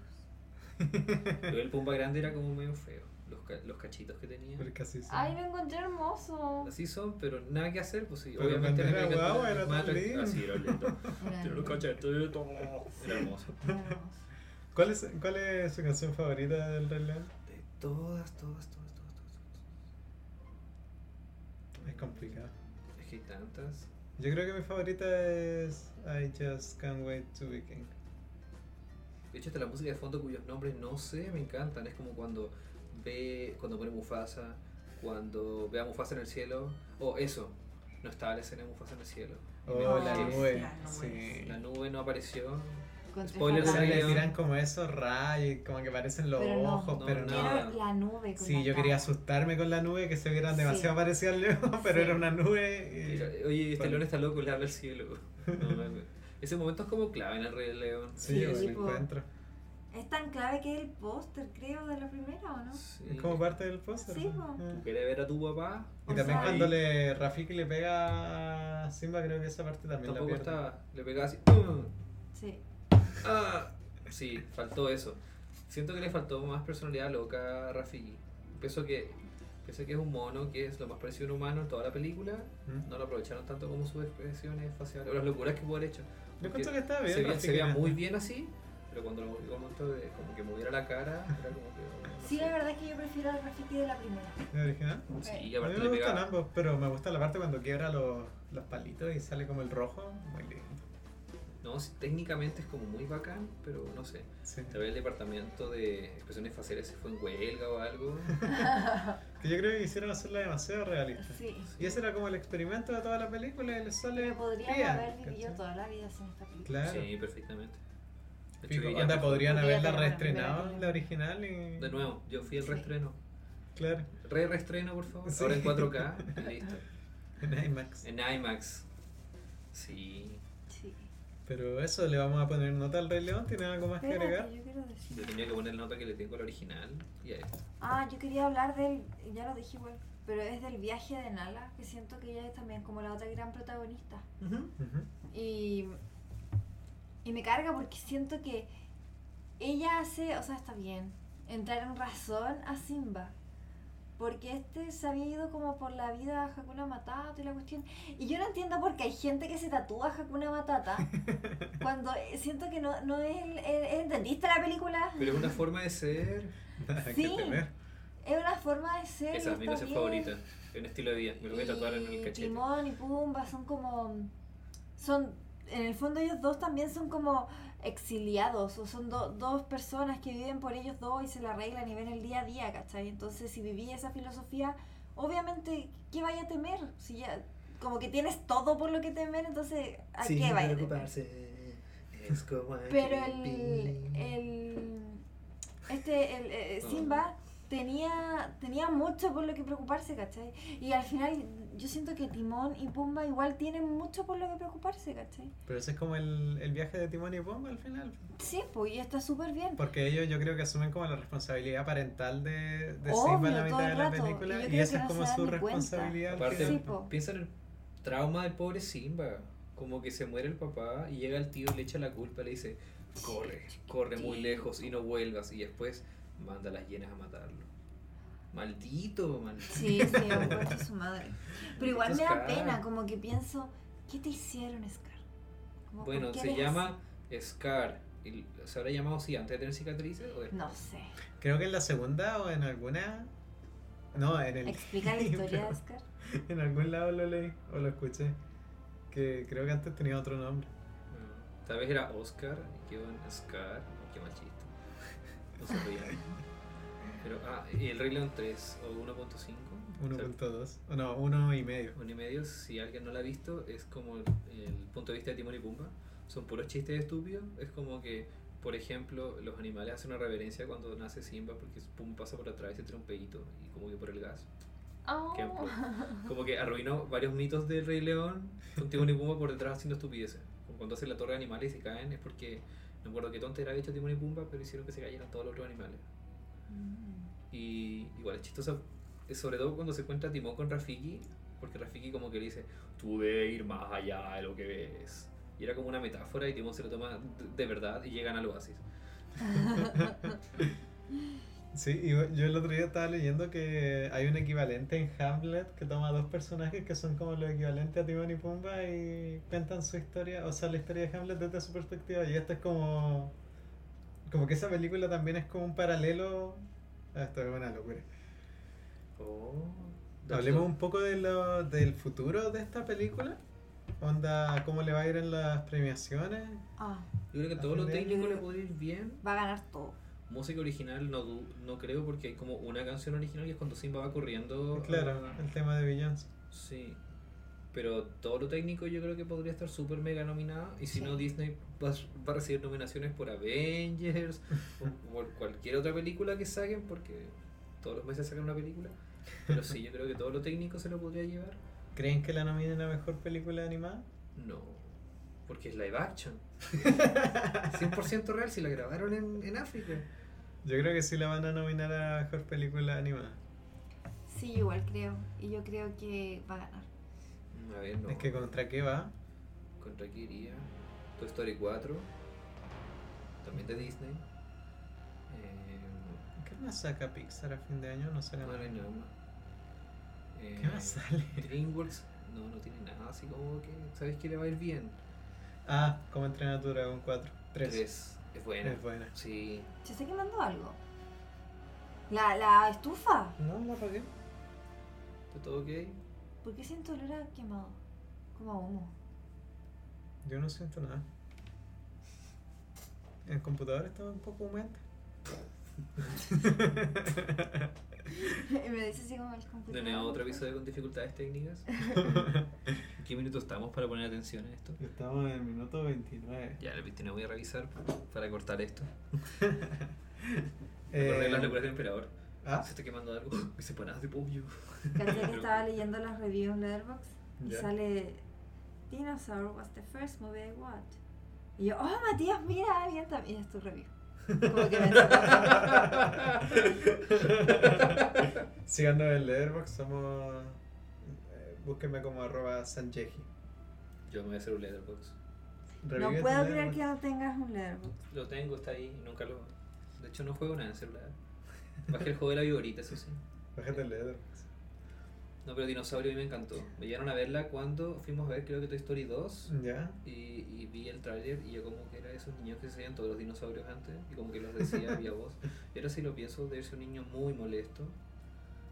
S3: Pero el Pumba grande era como medio feo, los, ca- los cachitos que tenía.
S2: Porque así son.
S4: Ay, lo encontré hermoso.
S3: Así son, pero nada que hacer, pues sí.
S2: Pero
S3: obviamente
S2: cuando
S3: la
S2: era
S3: caricatura
S2: guagua
S3: es
S2: era
S3: más
S2: tan lindo.
S3: atractiva. Ah, sí, era lindo.
S4: Era
S3: Tiene los cachetitos. Era hermoso.
S4: hermoso.
S2: ¿Cuál es, ¿Cuál es su canción favorita del Rey León?
S3: De todas, todas, todas, todas, todas, todas.
S2: Es complicado.
S3: Es que hay tantas.
S2: Yo creo que mi favorita es I Just Can't Wait to Be King.
S3: De hecho, hasta la música de fondo cuyos nombres no sé, me encantan. Es como cuando ve, cuando pone Mufasa, cuando ve a Mufasa en el cielo. O eso, no estaba la escena de Mufasa en el cielo. Y me
S2: Oh, la
S3: enojé.
S2: nube.
S4: la nube.
S2: Sí.
S3: La nube no apareció.
S4: Encontré
S3: Spoiler,
S2: O sea,
S4: fatal.
S2: le
S3: León.
S2: tiran como esos rayos, como que parecen los
S4: Pero no.
S2: ojos,
S3: No,
S2: pero no.
S3: no.
S4: Quiero la nube. Con
S2: Sí,
S4: la
S2: yo quería
S4: cara.
S2: asustarme con la nube, que se vieran
S4: Sí.
S2: demasiado parecidas al león, pero
S4: Sí.
S2: era una nube.
S3: Oye, este
S2: Bueno.
S3: león está loco, le habla al cielo. No, no, no. Ese momento es como clave en el Rey León.
S2: Y... Sí,
S4: Sí,
S2: yo lo
S4: sí, po.
S2: encuentro.
S4: Es tan clave que es el póster, creo, de la primera, ¿o no?
S3: Sí.
S2: Es como parte del póster.
S4: Sí,
S2: ¿no?
S4: po.
S2: Ah.
S3: ¿Tú quieres ver a tu papá?
S2: Y
S4: O
S2: también
S4: sea,
S2: cuando
S3: ahí-
S2: le Rafiki le pega a Simba, creo que esa parte también
S3: Tampoco
S2: la pierde.
S3: estaba. Le pegaba así. ¡pum!
S4: Sí.
S3: ¡Ah! Sí, faltó eso. Siento que le faltó más personalidad loca a Rafiki. Pienso que, pienso que es un mono que es lo más parecido a un humano en toda la película.
S2: ¿Mm?
S3: No lo aprovecharon tanto como sus expresiones faciales o las locuras que pudo haber hecho.
S2: Yo
S3: Porque
S2: encuentro que está Ah, bien.
S3: se veía,
S2: Rafiki ¿eh?
S3: se veía
S2: Grande.
S3: muy bien así, pero cuando lo movió un momento de como que moviera la cara, era como que. oh, no
S4: Sí,
S3: sé.
S4: la verdad es que yo prefiero al Rafiki de la primera. Eh,
S2: ¿El original?
S3: Sí, y
S2: A mí
S3: aparte
S2: me
S3: le
S2: gustan
S3: pegaba.
S2: ambos, pero me gusta la parte cuando quiebra los, los palitos y sale como el rojo. Muy lindo.
S3: No, sí, técnicamente es como muy bacán, pero no sé.
S2: Sí.
S3: Tal vez el departamento de expresiones faciales se fue en huelga o algo.
S2: Que yo creo que hicieron hacerla demasiado realista.
S4: Sí.
S2: Y ese era como el experimento de toda la película y le sale.
S4: Pero podríamos
S2: pía,
S4: haber vivido
S2: ¿cachai?
S4: toda la vida sin esta película.
S2: Claro.
S3: Sí, perfectamente. De, hecho,
S2: Fijo,
S3: que ya-
S2: onda, podrían
S4: Podría
S2: haberla
S4: tener una
S2: reestrenado
S4: primera
S2: la original y.
S3: de nuevo, yo fui el
S4: Sí.
S3: reestreno.
S2: Claro,
S3: Re reestreno, por favor.
S2: Sí.
S3: Ahora en 4K. y listo.
S2: en IMAX.
S3: En IMAX. Sí.
S4: Sí.
S2: Pero eso, le vamos a poner nota al Rey León. ¿Tiene algo más que agregar?
S4: Espérate, yo quiero decir.
S3: Yo tenía que poner nota que le tengo al original. Y a esto.
S4: Ah, yo quería hablar del. Ya lo dije igual. Pero es del viaje de Nala, que siento que ella es también como la otra gran protagonista.
S2: Ujú.
S4: Y, y me carga porque siento que ella hace, o sea, está bien, entrar en razón a Simba. Porque este se había ido como por la vida a Hakuna Matata y la cuestión. Y yo no entiendo por qué hay gente que se tatúa Hakuna Matata cuando eh, siento que no, no es... el- el- ¿Entendiste la película?
S3: Pero es una forma de ser.
S2: Nada
S4: Sí.
S2: que temer.
S4: Es una forma de ser... y
S3: Esa es mi
S4: está
S3: canción
S4: bien.
S3: favorita. Es un estilo de vida. Me lo voy a tatuar en
S4: Y
S3: el cachete.
S4: Timón y Pumba son como. Son. En el fondo, ellos dos también son como exiliados, o son do- dos personas que viven por ellos dos y se la arreglan y ven el día a día, ¿cachai? Entonces, si viví esa filosofía, obviamente, ¿qué vaya a temer? Si ya, como que tienes todo por lo que temer, entonces, ¿a qué vaya a temer?
S3: Es como
S4: Pero el, el este el, eh,
S3: Ah.
S4: Simba tenía tenía mucho por lo que preocuparse, ¿cachai? Y al final yo siento que Timón y Pumba igual tienen mucho por lo que preocuparse, ¿cachai?
S2: Pero ese es como el, el viaje de Timón y Pumba al final.
S4: Sí, pues y está súper bien.
S2: Porque ellos yo creo que asumen como la responsabilidad parental de, de
S4: Obvio,
S2: Simba a la
S4: todo
S2: mitad
S4: el
S2: de la
S4: rato. Y
S2: película.
S4: yo
S2: Y,
S4: creo que
S2: esa es
S4: no se
S2: como
S4: dan
S2: su
S4: ni cuenta.
S2: responsabilidad. al
S3: Aparte,
S4: Sí,
S2: final.
S4: po.
S3: piensa en el trauma del pobre Simba. Como que se muere el papá y llega el tío, le echa la culpa, le dice, corre, corre muy lejos y no vuelvas. Y después manda a las hienas a matarlo. Maldito, maldito.
S4: Sí, sí, un cuento a su madre. Pero igual me da
S3: Scar.
S4: pena, como que pienso, ¿qué te hicieron, Scar? Como, ¿por
S3: Bueno,
S4: qué
S3: se
S4: eres
S3: llama Scar. y ¿Se habrá llamado así antes de tener cicatrices o
S4: así?
S3: después?
S4: No sé.
S2: Creo que en la segunda o en alguna. No, en el.
S4: Explica la historia de Scar.
S2: En algún lado lo leí o lo escuché. Que creo que antes tenía otro nombre.
S3: Mm, Tal vez era Oscar y quedó en Scar. Oh, Qué mal chiste. No se rían. Pero, ah, y el Rey León 3 o 1.5. o sea,
S2: 1.2. o No, uno y medio.
S3: Uno y medio, si alguien no la ha visto, es como el, el punto de vista de Timón y Pumba. Son puros chistes estúpidos. Es como que, por ejemplo, los animales hacen una reverencia cuando nace Simba porque Pumba pasa por atrás y se tira un pedito y como que por el gas.
S5: Oh.
S3: Que- como que arruinó varios mitos del Rey León con Timón y Pumba por detrás haciendo estupideces. Como cuando hacen la torre de animales y se caen es porque, no acuerdo qué tonta era hecho Timón y Pumba, pero hicieron que se cayeran todos los otros animales. Y igual es chistoso, eh, sobre todo cuando se encuentra Timón con Rafiki, porque Rafiki como que le dice, tú debes ir más allá de lo que ves. Y era como una metáfora y Timón se lo toma de- de verdad y llegan al oasis.
S2: Sí, y yo yo el otro día estaba leyendo que hay un equivalente en Hamlet que toma dos personajes que son como los equivalentes a Timón y Pumba y cuentan su historia, o sea, la historia de Hamlet desde su perspectiva. Y esto es como. Como que esa película también es como un paralelo. Ah, Esto es una locura. Hablemos un poco de lo, del futuro de esta película. Onda, cómo le va a ir en las premiaciones.
S4: Ah,
S3: Yo creo que todo lo
S2: Hablemos-
S3: técnico le podría ir bien.
S4: va a ganar todo.
S3: Música original no, du- no creo porque hay como una canción original que es cuando Simba va corriendo. eh,
S2: Claro,
S3: oh.
S2: el tema de Beyoncé.
S3: Sí. Pero todo lo técnico yo creo que podría estar súper mega nominada. Y si
S4: Sí.
S3: no, Disney va, va a recibir nominaciones por Avengers o por cualquier otra película que saquen, porque todos los meses sacan una película. Pero sí, yo creo que todo lo técnico se lo podría llevar.
S2: ¿Creen que la nominen a mejor película animada?
S3: No. Porque es live action. 100% real si la grabaron en, en África.
S2: Yo creo que sí la van a nominar a mejor película animada.
S4: Sí, yo igual creo. Y yo creo que va a ganar.
S3: Mm, A ver, no.
S2: Es que contra qué va.
S3: ¿Contra qué iría? Toy Story 4. También de Disney. Eh,
S2: ¿Qué más saca Pixar a fin de año? No saca
S3: No, no
S2: nada.
S3: hay nada más. Eh,
S2: Ah. ¿Qué más sale?
S3: DreamWorks no, no tiene nada así como que sabes que le va a ir bien.
S2: Ah, como entrena tu dragón 4. 3.
S3: Tres. Es buena.
S2: Es buena.
S3: Sí.
S4: Yo sé que mandó algo. ¿La, la estufa?
S2: No, la pagué.
S3: ¿Está todo ok?
S4: ¿Por qué siento olor a quemado? Como a humo.
S2: Yo no siento nada. El computador estaba un poco humante.
S4: Y me dice así como el computador.
S3: De nuevo, otro episodio con dificultades técnicas. ¿En qué minuto estamos para poner atención a esto?
S2: Estamos en el minuto 29.
S3: Ya, el 29 voy a revisar para cortar esto.
S2: Eh,
S3: Recordé las locuras del emperador.
S2: ¿ah?
S3: Se está quemando algo. Me separadas de pollo.
S4: Caché que estaba leyendo las reviews en Letterboxd y
S3: Ya.
S4: sale Dinosaur was the first movie I watched. Y yo, oh Matías, mira, alguien también es tu review. Como que me
S2: Síganos en Letterboxd, somos. eh, búsquenme como arroba sanjeji.
S3: Yo me voy a hacer un letterbox.
S4: No
S2: Revíguete
S4: puedo
S2: en
S4: creer que
S2: Letterboxd.
S4: no tengas un Letterboxd.
S3: Lo tengo, está ahí. Nunca lo. De hecho, no juego nada en celular. Bajé el juego de la viborita, eso sí.
S2: Bájate el Letterboxd.
S3: No, pero Dinosaurio a mí me encantó. Me llegaron a verla cuando fuimos a ver, creo que Toy Story 2.
S2: ¿Ya?
S3: Y, y vi el tráiler y yo como que era de esos niños que se veían todos los dinosaurios antes y como que los decía había voz. Y ahora si lo pienso, debe ser un niño muy molesto.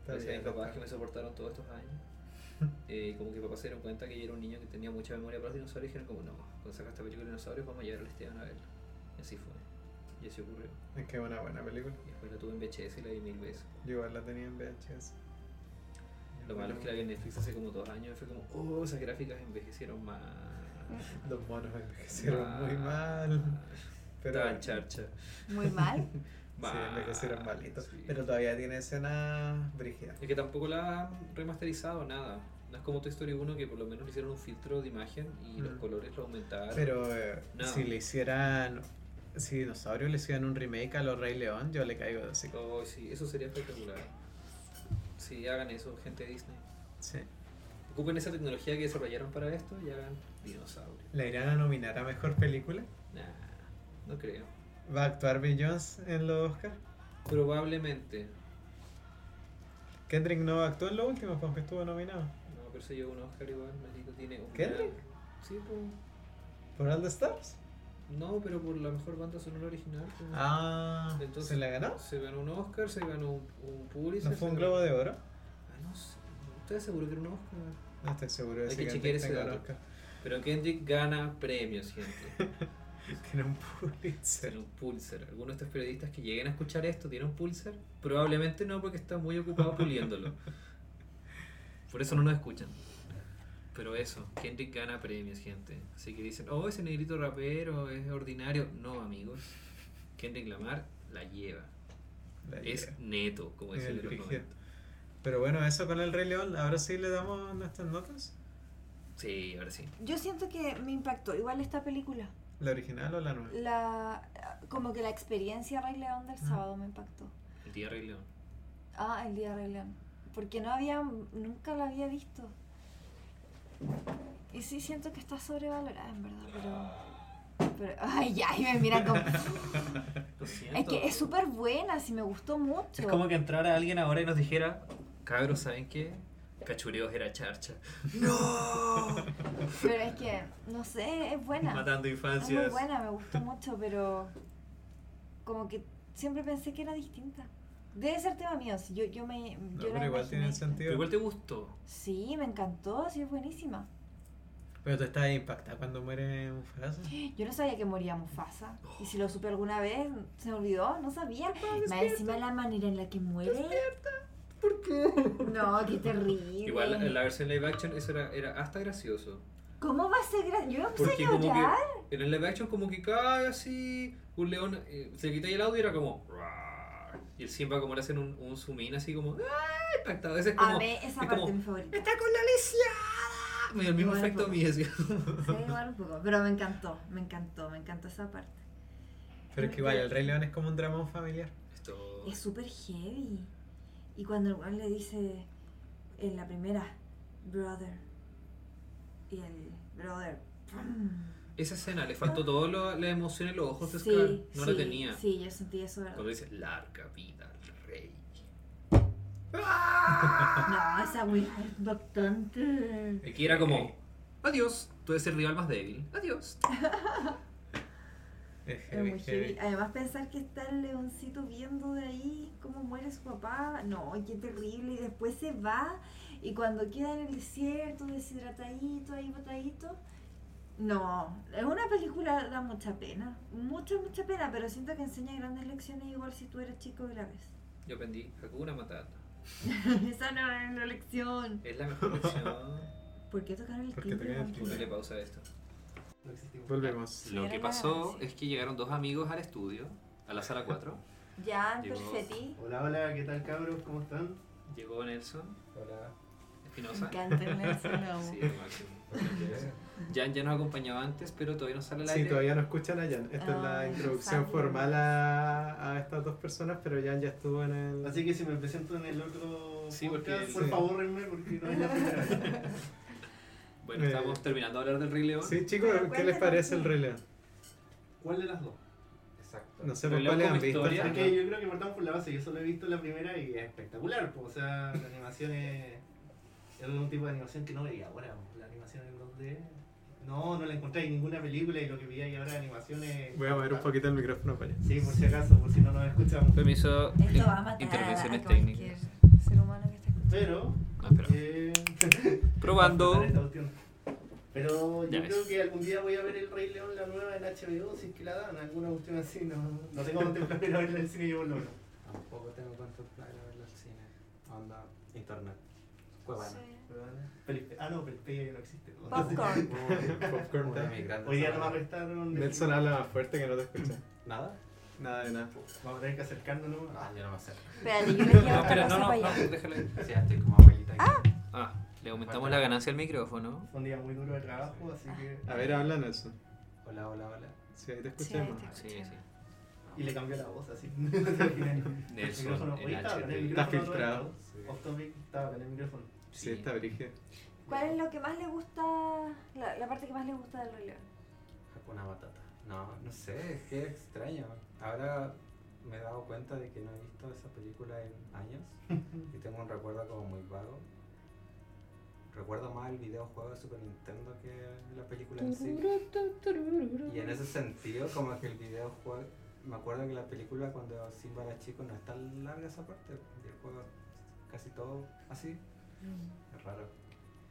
S2: Está
S3: Gracias a
S2: bien,
S3: mis
S2: está.
S3: papás Pues que me soportaron todos estos años. Eh, y como que mis papás se dieron cuenta que yo era un niño que tenía mucha memoria para los dinosaurios y dijeron como no, cuando saca esta película de dinosaurios vamos a llevar al Esteban a verla. Y así fue. Y así ocurrió.
S2: Es que es una buena película.
S3: Y después la tuve en VHS y la vi mil veces.
S2: Yo igual la tenía en VHS.
S3: Lo malo es que la vi en Netflix hace como dos años y fue como, oh, esas gráficas envejecieron mal.
S2: Los monos envejecieron
S3: Ah.
S2: muy mal. Pero
S3: Estaban charcha.
S4: Muy mal.
S2: Sí, envejecieron malitos.
S3: Ah, sí.
S2: Pero todavía tiene escenas brígidas.
S3: Es que tampoco la han remasterizado nada. No es como Toy Story 1 que por lo menos le hicieron un filtro de imagen y los
S2: Mm.
S3: colores lo aumentaron.
S2: Pero eh,
S3: No.
S2: si le hicieran. Si Dinosaurio le hicieran un remake a los Rey León, yo le caigo de cinco.
S3: Oh, sí, eso sería espectacular. Sí, hagan eso, gente de Disney.
S2: Sí.
S3: Ocupen esa tecnología que desarrollaron para esto y hagan dinosaurio.
S2: ¿La irán a nominar a mejor película?
S3: Nah, no creo.
S2: ¿Va a actuar Bill Jones en los Oscar?
S3: Probablemente.
S2: Kendrick no actuó en los últimos, porque estuvo nominado.
S3: No, pero se llevó un Oscar igual, maldito tiene un.
S2: ¿Kendrick?
S3: Sí, pues.
S2: ¿Por All the Stars?
S3: No, pero por la mejor banda sonora original. pues.
S2: Ah,
S3: Entonces-
S2: ¿se la ganó?
S3: Se ganó un Oscar, se ganó un, un
S2: ¿No
S3: Pulitzer.
S2: fue
S3: se
S2: un
S3: ganó-
S2: globo de oro?
S3: Ah, no sé. Estoy seguro que era un Oscar.
S2: No estoy seguro de si
S3: Hay que
S2: Kendrick
S3: chequear ese
S2: tenga el
S3: dato.
S2: Oscar.
S3: Pero Kendrick gana premios, gente.
S2: Tiene un Pulitzer.
S3: Tiene un Pulitzer. Algunos de estos periodistas que lleguen a escuchar esto tienen un Pulitzer. Probablemente no, porque están muy ocupados puliéndolo. Por eso no nos escuchan. Pero eso, Kendrick gana premios, gente. Así que dicen, oh, ese negrito rapero es ordinario. No, amigos. Kendrick Lamar la lleva.
S2: La
S3: Es
S2: lleva.
S3: neto, como decía
S2: El
S3: el los
S2: brígido.
S3: 90.
S2: Pero bueno, eso con el Rey León. Ahora sí le damos nuestras notas.
S3: Sí, ahora sí.
S4: Yo siento que me impactó igual esta película.
S2: ¿La original o la
S4: Mm.
S2: nueva?
S4: La, como que la experiencia Rey León del
S2: Ah.
S4: sábado me impactó.
S3: El día Rey León.
S4: Ah, el día de Rey León. Porque no había, nunca la había visto. Y sí siento que está sobrevalorada en verdad, pero... pero ay, ya, y me miran como...
S3: Lo siento.
S4: Es que es súper buena, sí me gustó mucho.
S3: Es como que entrara alguien ahora y nos dijera, cabros, ¿saben qué? Cachureos era charcha. ¡No!
S4: Pero es que, no sé, es buena.
S3: Matando
S4: Es muy
S3: infancias.
S4: buena, me gustó mucho, pero... Como que siempre pensé que era distinta. Debe ser tema mío, si yo, yo me...
S2: No,
S4: yo la
S2: pero igual
S4: imaginé
S2: tiene
S4: distinta.
S2: sentido.
S3: Pero igual te gustó.
S4: Sí, me encantó, sí, es buenísima.
S2: Pero tú estás impactada cuando muere un frazo.
S4: Yo no sabía que moría Mufasa. Y si lo supe alguna vez, se me olvidó, no sabía.
S3: Ah,
S4: Más encima la manera en la que muere.
S3: ¿Por qué?
S4: No, qué terrible.
S3: Igual en la versión live action eso era, era hasta gracioso.
S4: ¿Cómo va a ser gra- Yo empecé
S3: Porque
S4: a
S3: como
S4: llorar.
S3: que en el live action como que cae así, un león eh, se quita el audio y era como... "Rar". Y el Simba como le hacen un, un zoom in así como... ¡Ah! Impactado. Ese es como...
S4: Amé esa
S3: es
S4: parte,
S3: como,
S4: mi favorita.
S3: ¡Está con la lisiada! Me dio el mismo
S4: Igual
S3: efecto a mí. así.
S4: Sí, igual un poco. Pero me encantó, me encantó, me encantó esa parte.
S2: Pero es que igual, el Rey León es como un dramón familiar.
S3: Esto...
S4: Es súper heavy. Y cuando el weón le dice en la primera, brother. Y el brother. ¡pum!
S3: Esa escena, le faltó todo lo- la emoción en los ojos de
S4: Sí,
S3: Scar. No la
S4: sí,
S3: tenía.
S4: Sí, yo sentí eso, ¿verdad?
S3: Cuando dice, larga vida al rey.
S4: No,
S2: "Ah".
S4: esa wea es bastante.
S3: Aquí era como, adiós, tú eres el rival más débil. Adiós.
S2: Es
S4: Es
S2: heavy,
S4: muy heavy.
S2: heavy.
S4: Además, pensar que está el leoncito viendo de ahí cómo muere su papá. No, qué terrible. Y después se va. Y cuando queda en el desierto, deshidratadito, ahí botadito. No, es una película da mucha pena, mucha, mucha pena, pero siento que enseña grandes lecciones igual si tú eres chico y la ves.
S3: Yo aprendí Hakuna Matata.
S4: Esa no es una lección.
S3: Es la mejor lección.
S4: ¿Por qué tocar el
S2: ¿Por qué tocar el
S4: timbre?
S2: timbre?
S3: Ponle pausa a esto.
S6: No existimos.
S2: Volvemos.
S3: Lo
S4: Cierra
S3: que
S4: la
S3: pasó
S4: grabación.
S3: es que llegaron dos amigos al estudio, a la sala 4.
S4: Ya,
S3: Llegó.
S4: perfecti.
S6: Hola, hola, ¿qué tal cabros? ¿Cómo están?
S3: Llegó Nelson
S6: Hola.
S4: Me
S3: Espinosa.
S4: encanta el Nelson, lo amo.
S3: Sí, el máximo. Jan ya nos acompañaba antes, pero todavía no sale al
S2: Sí,
S3: aire.
S2: todavía no escuchan a Jan. Esta es
S4: Ah,
S2: la introducción
S4: exacto.
S2: formal a, a estas dos personas, pero Jan ya estuvo en el.
S6: Así que si me presento en el otro
S3: Sí, porque-
S6: podcast, por
S2: sí.
S6: favor, renme porque no es la primera vez.
S3: Bueno,
S2: Eh.
S3: estamos terminando de hablar del Rey León.
S2: Sí, chicos,
S4: Pero
S2: ¿qué les
S4: cuéntanos
S2: parece el
S4: tú.
S2: Rey León?
S6: ¿Cuál de las dos?
S7: Exacto.
S2: No sé
S3: Rey
S2: por
S3: León
S2: cuáles
S3: como
S2: han visto.
S3: historia.
S6: Es
S2: Fernando.
S6: que yo creo que partamos por la base, yo solo he visto la primera y es espectacular, po. o sea, la animación es, es un tipo de animación que no veía ahora, po. la animación en 2D, no, no la encontré en ninguna película y lo que veía y ahora de animación es...
S2: Voy a mover un poquito el micrófono para allá.
S6: Sí, por si acaso, por si no nos escuchamos.
S3: Permiso,
S4: Esto va a matar a
S3: intervenciones
S4: cualquier
S3: técnicas.
S4: ser humano que está escuchando.
S6: Pero...
S3: No, espera.
S6: eh,
S3: Probando.
S6: esta cuestión. Pero yo
S3: Ya
S6: creo
S3: ves.
S6: que algún día voy a ver El Rey León, la nueva en HBO, si es que la dan, alguna cuestión así, no, no tengo contemplado ir a verla en el cine yo por lo menos.
S7: Tampoco tengo contemplado ir a verlo al cine. Onda, internet. Cuevana.
S4: Sí.
S6: Pelispe- Ah, no, Pelispedia ya no existe. ¿no?
S4: Popcorn.
S2: Popcorn
S7: Una de
S2: time.
S7: mis grandes
S6: ¿eh? Hoy día no me
S7: sagas.
S6: arrestaron.
S2: Nelson habla más fuerte que no te escucha.
S7: ¿Nada?
S2: Nada de nada.
S6: Vamos a tener que acercarnos,
S7: Ah, yo no me acerco.
S4: Espérate, yo le
S3: No,
S4: llevo la
S3: espera,
S4: cosa
S3: no, no,
S4: para
S3: no,
S4: allá.
S3: déjalo ahí.
S7: Sí, ya estoy como abuelita aquí.
S3: Ah, le aumentamos la ganancia al micrófono.
S6: Fue un día muy duro de trabajo, así que. ah,
S2: A ver, habla Nelson.
S7: Hola, hola, hola.
S2: Si ahí te
S4: Sí, ahí
S2: escuchamos.
S4: te
S3: Sí, sí.
S4: escucho.
S6: Y le cambió la voz, así. No te imaginas. El micrófono.
S3: Nelson,
S6: Oye,
S3: en
S6: estaba con el
S3: HD.
S6: micrófono.
S2: Está filtrado.
S6: todo el rato. Off topic, estaba con el micrófono.
S2: Sí, está brígido.
S4: ¿Cuál es lo que más le gusta, la, la parte que más le gusta del Rey León?
S7: Hakuna Matata. No, no sé, es que es extraño. Ahora me he dado cuenta de que no he visto esa película en años y tengo un recuerdo como muy vago. Recuerdo más el videojuego de Super Nintendo que la película en sí. Y en ese sentido, como que el videojuego. Me acuerdo que la película cuando Simba era chico no es tan larga esa parte. El juego es casi todo así.
S4: Mm.
S7: Es raro.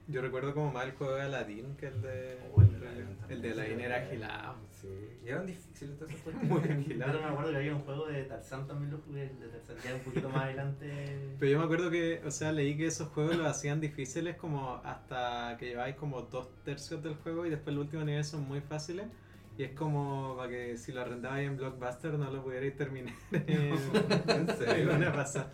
S2: Yo recuerdo como mal el juego de Aladdin que el de.
S7: O Oh, el de Aladdin también.
S2: Oh, el de Aladdin era agilado.
S7: Sí. Y eran difíciles todas esas
S2: Muy
S7: cuestiones.
S6: Yo no
S2: agilado.
S6: me acuerdo que había un juego de Tarzán también lo jugué, el de Tarzán ya un poquito más adelante.
S2: Pero yo me acuerdo que, o sea, leí que esos juegos los hacían difíciles como hasta que lleváis como dos tercios del juego y después el último nivel son muy fáciles. Y es como para que si lo arrendabais en Blockbuster no lo pudierais terminar en,
S7: en
S2: en
S7: serio.
S2: una pasada.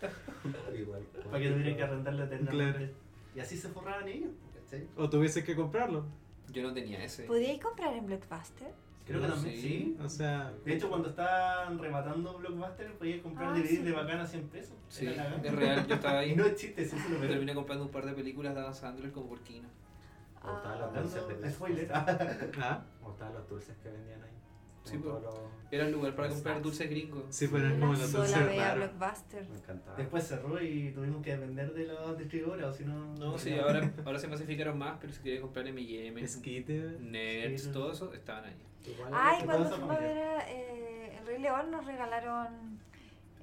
S7: Igual.
S6: Para que tuvieran que arrendarlo eternamente.
S2: Claro.
S6: Y así se forraban ellos, ¿cachai?
S2: O tuvieses que comprarlo.
S3: Yo no tenía ese.
S4: ¿Podíais comprar en Blockbuster?
S6: Creo que
S3: No,
S6: también,
S3: sí.
S6: sí.
S2: O sea,
S6: De hecho, cuando estaban rematando Blockbuster, podías comprar
S4: Ah,
S6: DVDs
S4: sí.
S6: de bacana a 100 pesos.
S3: Sí,
S6: Era la
S3: es
S6: gana.
S3: real, yo estaba
S6: Y
S3: ahí.
S6: no es chiste, sí, se lo veo.
S3: Terminé comprando un par de películas de Adam Sandler como por Kina.
S7: O estaban
S4: Ah,
S7: los dulces de
S3: pues,
S6: Hablando- spoiler.
S2: ah,
S7: O estaban los dulces que vendían ahí.
S3: Sí,
S7: Como
S3: pues.
S7: todos
S3: Era el lugar para
S7: Los
S3: comprar
S7: snacks.
S3: dulces gringos.
S2: sí, pero es como
S4: Una
S2: los
S4: sola
S2: dulces
S4: vez a
S2: raros.
S4: Blockbuster.
S7: los- Me encantaba.
S6: Después cerró y tuvimos que depender de los distribuidores, o si no.
S3: No, sí, ahora, ahora se masificaron más, pero si quería comprar M&M,
S2: Esquite.
S3: Nerds,
S6: Sí.
S3: todo eso, estaban ahí.
S7: Igual
S4: Ay,
S6: que
S4: cuando
S6: toda esa
S4: fuimos a
S6: familia.
S4: ver a, eh, El Rey León nos regalaron,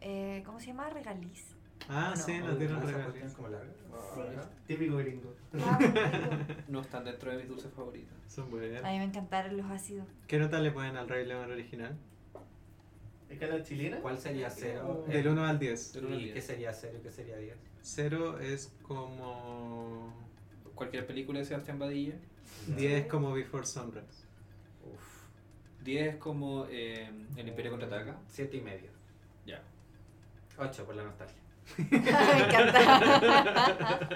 S4: eh, ¿cómo se llama? Regaliz.
S2: Ah,
S4: No,
S2: sí,
S7: no,
S2: nos dieron
S7: esa
S2: regalos.
S7: cuestión como larga.
S4: Sí.
S6: Típico gringo.
S4: Estaba muy rico.
S3: No están dentro de mis dulces favoritos.
S2: Son
S4: A
S2: buenas.
S4: mí me encantaron los ácidos.
S2: ¿Qué nota le ponen al Rey León original?
S6: Escala chilena.
S7: ¿Cuál sería cero? Eh,
S2: Del 1 al 10.
S3: Del uno al
S7: ¿Y
S3: diez.
S7: qué sería cero y qué sería diez?
S2: 0 es como.
S3: Cualquier película de Sebastián Badilla.
S2: 10 es como Before Sunrise.
S7: Uf.
S3: 10 es como eh, El Imperio
S7: Oh.
S3: Contraataca.
S7: Siete y medio.
S3: Ya.
S7: Ocho por la nostalgia.
S4: me encanta.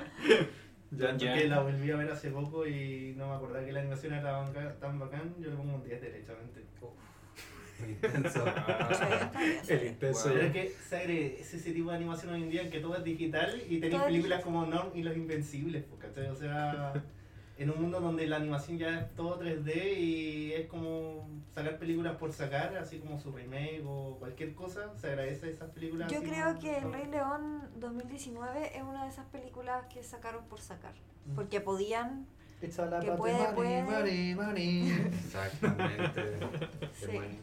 S2: Ya,
S3: Ya.
S6: Que la volví a ver hace poco y no me acordaba que la animación era tan banca- tan bacán, yo le pongo un 10 derechamente.
S7: Muy intenso.
S2: El intenso
S7: Wow.
S6: Pero
S2: ya.
S6: es que se agre- es ese tipo de animación hoy en día en que todo es digital y tenéis
S4: Todo es
S6: películas como Norm y Los Invencibles, pues, ¿cachai? O sea, en un mundo donde la animación ya es todo 3D y es como sacar películas por sacar, así como su remake o cualquier cosa, se agradece a esas películas.
S4: Yo
S6: así
S4: creo
S6: como-
S4: que El Rey León 2019 es una de esas películas que sacaron por sacar.
S3: Mm.
S4: Porque podían.
S6: It's all about
S4: que
S6: the
S4: puede,
S6: money,
S4: puede.
S6: money, money.
S7: Exactamente. Qué
S4: Sí.
S7: bueno.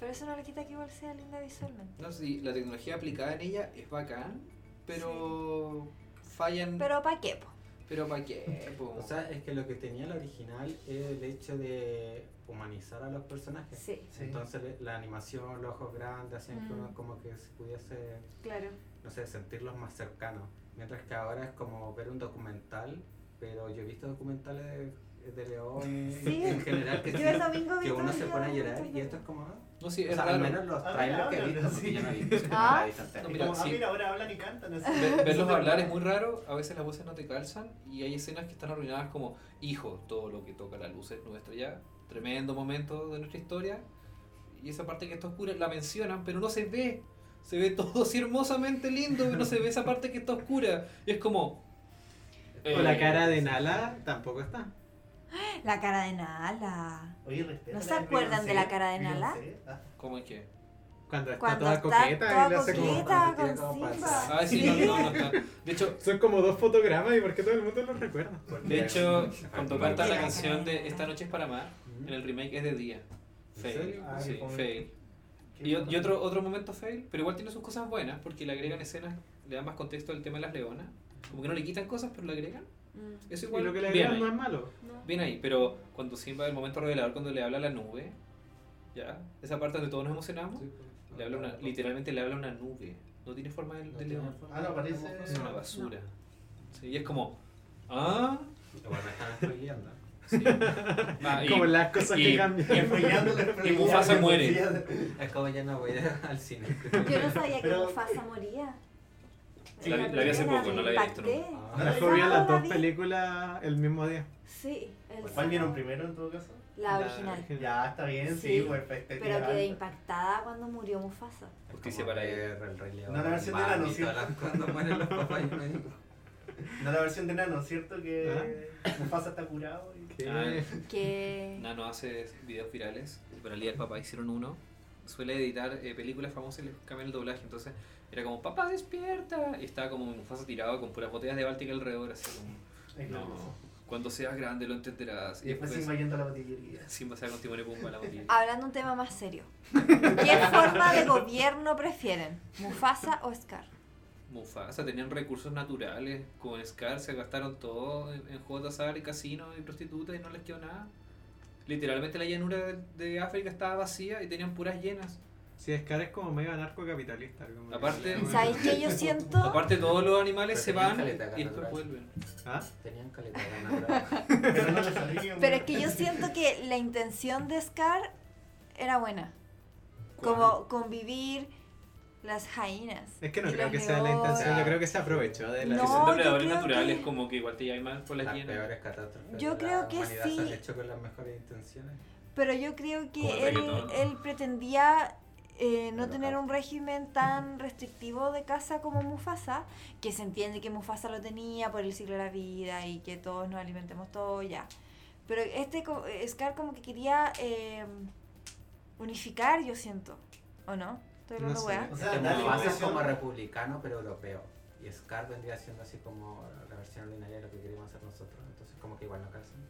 S4: Pero eso no le quita que igual sea linda visualmente.
S3: No sé si la tecnología aplicada en ella es bacán, pero fallan.
S4: Pero ¿pa' qué? po?
S3: Pero ¿para qué? po?
S7: O sea, es que lo que tenía la original es el hecho de humanizar a los personajes.
S4: Sí,
S6: Sí.
S7: Entonces le- la animación, los ojos grandes, hacían que
S4: Mm.
S7: uno como que se pudiese,
S4: claro.
S7: no sé, sentirlos más cercanos. Mientras que ahora es como ver un documental, pero yo he visto documentales de, de leones
S4: Sí.
S7: en general que,
S4: Yo
S7: sí,
S4: el domingo vi
S7: que uno
S4: todo
S7: se
S4: el
S7: pone a
S4: día,
S7: llorar y
S4: muchas
S7: esto es como... ah,
S3: no, sí,
S7: o
S3: es
S7: sea, al
S3: raro.
S7: menos los
S6: Ahora
S7: trailers que
S6: hablan, sí.
S7: he visto, porque yo no he visto, yo no
S4: Ah.
S7: la he visto entera.
S3: No,
S6: Es
S3: mira,
S6: como, ah,
S3: sí.
S6: mira, ahora hablan y cantan así.
S3: Ve- Verlos
S6: Súper
S3: hablar es
S6: bueno.
S3: muy raro, a veces las voces no te calzan y hay escenas que están arruinadas como hijo, todo lo que toca la luz es nuestro ya, tremendo momento de nuestra historia y esa parte que está oscura la mencionan pero no se ve, se ve todo así hermosamente lindo pero no se ve esa parte que está oscura y es como...
S2: O la
S3: eh,
S2: cara de Nala tampoco está.
S4: La cara de Nala.
S6: Oye,
S4: ¿No
S6: respeta la
S4: se acuerdan de
S6: Beyoncé,
S4: la cara de Nala?
S6: Beyoncé. Ah,
S3: ¿Cómo es que?
S2: Cuando está
S4: Cuando
S2: toda
S4: está
S2: coqueta
S4: toda
S2: y le hace como.
S4: coqueta.
S7: Cuando se
S4: con
S7: tira como para el
S4: Simba.
S7: lado.
S3: Ah, sí, no, no, no está. De hecho,
S2: Son como dos fotogramas y por qué todo el mundo los recuerda.
S3: de hecho cuando cantan la
S4: Mira,
S3: canción
S4: mira.
S3: de Esta noche es para amar, en el remake es de día.
S7: ¿En
S3: Fail,
S7: serio?
S6: Ah,
S3: sí,
S6: qué pobre.
S3: fail.
S6: qué
S3: Y, o-
S6: bueno.
S3: y otro, otro momento fail, pero igual tiene sus cosas buenas, porque le agregan escenas, le dan más contexto al tema de las leonas. Como que no le quitan cosas, pero le agregan.
S4: Mm.
S3: Eso
S2: Y
S3: igual
S2: lo que le
S3: bien, eh.
S2: agregan no
S3: ahí,
S2: es malo.
S3: bien ahí, pero cuando Simba, el momento revelador, cuando le habla a la nube, ya, esa parte donde todos nos emocionamos, le habla una, literalmente le habla a una nube. No tiene forma de, de león.
S6: Ah, no, parece-
S3: Es una basura. Sí, y es como, ah,
S7: Igual me están spoileando.
S3: sí. Ah, y-
S2: como las cosas
S3: y-
S2: que cambian.
S3: y- Y Mufasa muere.
S7: Es como ya no voy al cine.
S4: Yo no sabía que
S6: Pero-
S4: Mufasa moría.
S3: La vi- la vi hace
S4: primera
S3: poco, no Ah. la
S4: me
S3: había visto
S4: impacté.
S7: nunca.
S2: Las
S4: Sí,
S2: fui a las
S4: la
S2: dos
S4: vi.
S2: películas el mismo día.
S4: Sí, el
S6: ¿Cuál
S4: sábado.
S6: vieron primero en todo caso?
S4: La original.
S6: Ya, está bien,
S4: Sí,
S6: sí, pues, perfecto.
S4: Pero quedé impactada cuando murió Mufasa.
S3: Justicia para ella.
S7: el Rey León.
S6: No, la versión de la
S7: Bambi,
S6: noción.
S7: todas las- Cuando mueren los papás, yo no digo.
S6: No la versión de Nano, ¿cierto? Que Mufasa está curado. y-
S2: ¿Qué?
S3: Ah,
S4: Que...
S3: Nano hace videos virales y para el día del papá hicieron uno. Suele editar eh, películas famosas y les cambia el doblaje. Entonces era como, papá despierta. Y estaba como Mufasa tirado con puras botellas de Báltica alrededor. Así como,
S6: Es
S3: no,
S6: glorioso.
S3: cuando seas grande lo entenderás.
S6: Y después Simba yendo a la botillería.
S3: Simba se va con Timón y Pumba a la botella.
S4: Hablando un tema más serio. ¿Qué forma de gobierno prefieren? ¿Mufasa o Scar?
S3: Mufasa, tenían recursos naturales. Con Scar se gastaron todo en, en juegos de azar y casinos y prostitutas y no les quedó nada. Literalmente la llanura de, de África estaba vacía y tenían puras llenas.
S2: Sí, Scar es como mega narcocapitalista. como que-
S3: Aparte-
S4: ¿Sabéis que yo siento?
S3: Aparte todos los animales
S7: Pero
S3: se
S7: tenían
S3: van
S7: caleta acá
S3: y después
S7: natural.
S3: vuelven.
S2: ¿Ah?
S7: Tenían caleta de ganadora.
S6: Pero no lo sabíamos.
S4: Pero es que yo siento que la intención de Scar era buena.
S3: ¿Cuál?
S4: Como convivir las jainas.
S2: Es que no
S4: y
S2: creo
S4: los
S2: que sea la intención,
S4: leones.
S2: yo creo que se aprovechó de la
S4: No,
S3: que son
S4: yo
S3: depredadores
S4: creo
S3: naturales,
S4: que-
S3: como que igual te llaman mal por las
S7: Las
S3: hienas.
S7: peores
S4: Yo
S7: catástrofes. de la
S4: creo que
S7: humanidad
S4: sí.
S7: Se han hecho con las mejores intenciones.
S4: Pero yo creo
S3: Como
S4: que
S3: el
S4: él,
S3: reggaetón.
S4: él pretendía eh, no
S7: Pero
S4: tener
S7: acá.
S4: un régimen tan restrictivo de casa como Mufasa, que se entiende que Mufasa lo tenía por el ciclo de la vida y que todos nos alimentemos todo ya. Pero este co- eh, Scar como que quería eh, unificar, yo siento, ¿o no? Estoy
S2: No
S4: hablando
S2: sé.
S4: weá.
S6: O sea,
S7: Este
S6: da la
S7: Mufasa es
S6: impresión-
S7: como republicano, pero europeo. Y Scar vendría siendo así como la versión ordinaria de lo que queremos hacer nosotros. Entonces, como que igual no casan.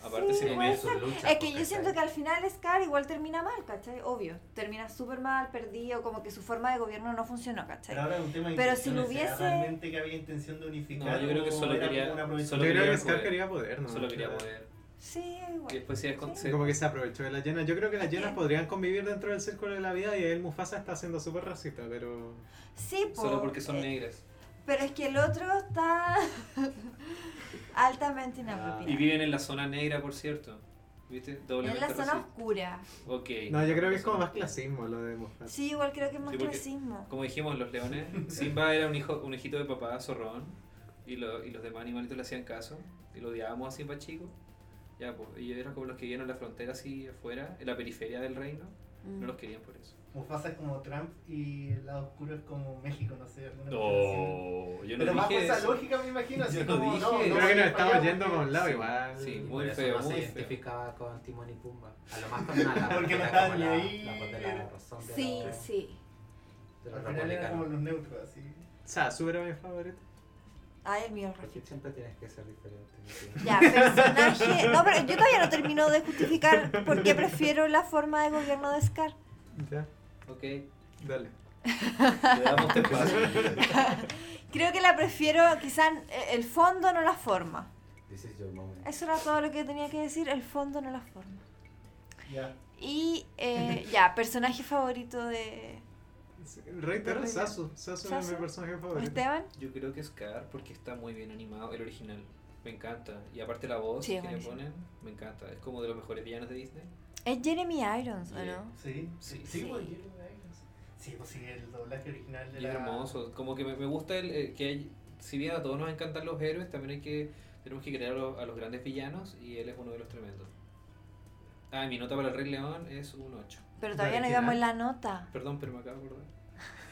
S3: Aparte
S4: Sí, puede
S3: se comió
S7: su
S4: ser.
S7: lucha,
S4: Es que
S7: porque
S4: yo siento
S7: está-
S4: que al final Scar igual termina mal, ¿cachai? Obvio, termina súper mal, perdido, como que su forma de gobierno no funcionó, ¿cachai?
S6: Pero ahora es un tema de
S4: Pero si
S6: intenciones,
S4: lo
S6: ¿será
S4: hubiese-
S6: realmente que había intención de unificar.
S3: No, yo creo que
S6: o
S3: solo
S6: era
S3: quería-
S6: como una
S2: Yo
S3: solo-
S2: creo
S3: quería
S2: que Scar
S3: poder.
S2: quería poder, ¿no?
S3: solo quería poder.
S4: Sí,
S3: Y
S4: igual.
S3: después se descon- se-
S2: Como que se aprovechó de las llenas. Yo creo que las
S4: Bien.
S2: llenas podrían convivir dentro del círculo de la vida y el Mufasa está siendo súper racista, pero.
S4: Sí, po,
S3: solo porque son
S4: eh,
S3: negras.
S4: Pero es que el otro está altamente
S3: Y
S4: inapropiado.
S3: viven en la zona negra, por cierto. ¿Viste?
S4: en
S3: Doblemente
S4: la zona
S3: racista.
S4: oscura.
S3: Ok.
S2: No, yo creo que es como
S3: Zona
S2: más clasismo lo de Mufasa.
S4: Sí, igual creo que es más
S3: Sí, porque-
S4: clasismo.
S3: Como dijimos, los leones, Simba era un hijo, un hijito de papá zorrón y, lo- y los demás animalitos le hacían caso y lo odiábamos a Simba chico. Ya, pues, ellos eran como los que vivían en la frontera así afuera, en la periferia del reino.
S4: Mm.
S3: No los querían por eso.
S6: Mufasa es como Trump y el lado oscuro es como México, no sé. alguna comparación.
S3: No, yo no
S6: Pero más por
S3: dije
S6: esa
S3: eso.
S6: lógico, me imagino. Así
S3: Yo no
S6: como,
S3: dije
S6: no,
S3: eso.
S6: no,
S2: Creo que nos
S6: sí,
S2: estamos
S6: fallamos,
S2: yendo
S6: porque-
S2: con un lado
S3: Sí,
S2: igual.
S3: sí,
S7: Y
S3: Muy
S7: por eso
S3: feo,
S7: no
S3: muy
S7: se
S3: feo.
S7: identificaba con Timón y Pumba. A lo más con Nala,
S6: Porque no
S7: era
S6: estaban
S7: como la,
S6: ni ahí.
S7: la voz de la razón de
S4: Sí,
S7: los-
S4: sí.
S7: de los
S6: Al final era como
S7: republicanos.
S6: los neutros, así.
S2: O sea, súper mi favorito.
S4: Ay, el mío el
S7: Porque
S4: Rafita.
S7: siempre tienes que ser diferente. ¿no?
S4: Ya, personaje. No, pero yo todavía no termino de justificar por qué prefiero la forma de gobierno de Scar.
S2: Ya,
S3: Ok, le
S2: dale.
S3: damos este paso.
S4: Creo Creo que la prefiero, quizás el fondo no la forma.
S7: This is your moment.
S4: Eso era todo lo que tenía que decir, el fondo no la forma.
S6: Ya.
S4: Y eh, ya, personaje favorito de
S2: Reitero,
S4: Reitero.
S2: Sasu. Sasu es
S4: Sasu.
S2: mi personaje favorito.
S4: Esteban.
S3: Yo creo que Scar porque está muy bien animado, el original. Me encanta. Y aparte la voz
S4: Sí, es
S3: que le
S4: buenísimo.
S3: ponen, me encanta. Es como de los mejores villanos de Disney.
S4: Es Jeremy Irons, ¿o
S3: Yeah.
S4: no?
S6: Sí,
S3: Sí.
S6: sí,
S4: Sí.
S6: sí. pues, Jeremy Irons. Sí, pues sí, el doblaje original de
S3: Y es
S6: la...
S3: hermoso. Como que me, me gusta el, eh, que hay, si bien a todos nos encantan los héroes, también hay que tenemos que crear a los, a los grandes villanos y él es uno de los tremendos. Ah, y mi nota para el Rey León es un 8.
S4: Pero
S2: La
S4: todavía no
S2: original.
S4: íbamos en la nota.
S3: Perdón, pero me acabo de acordar.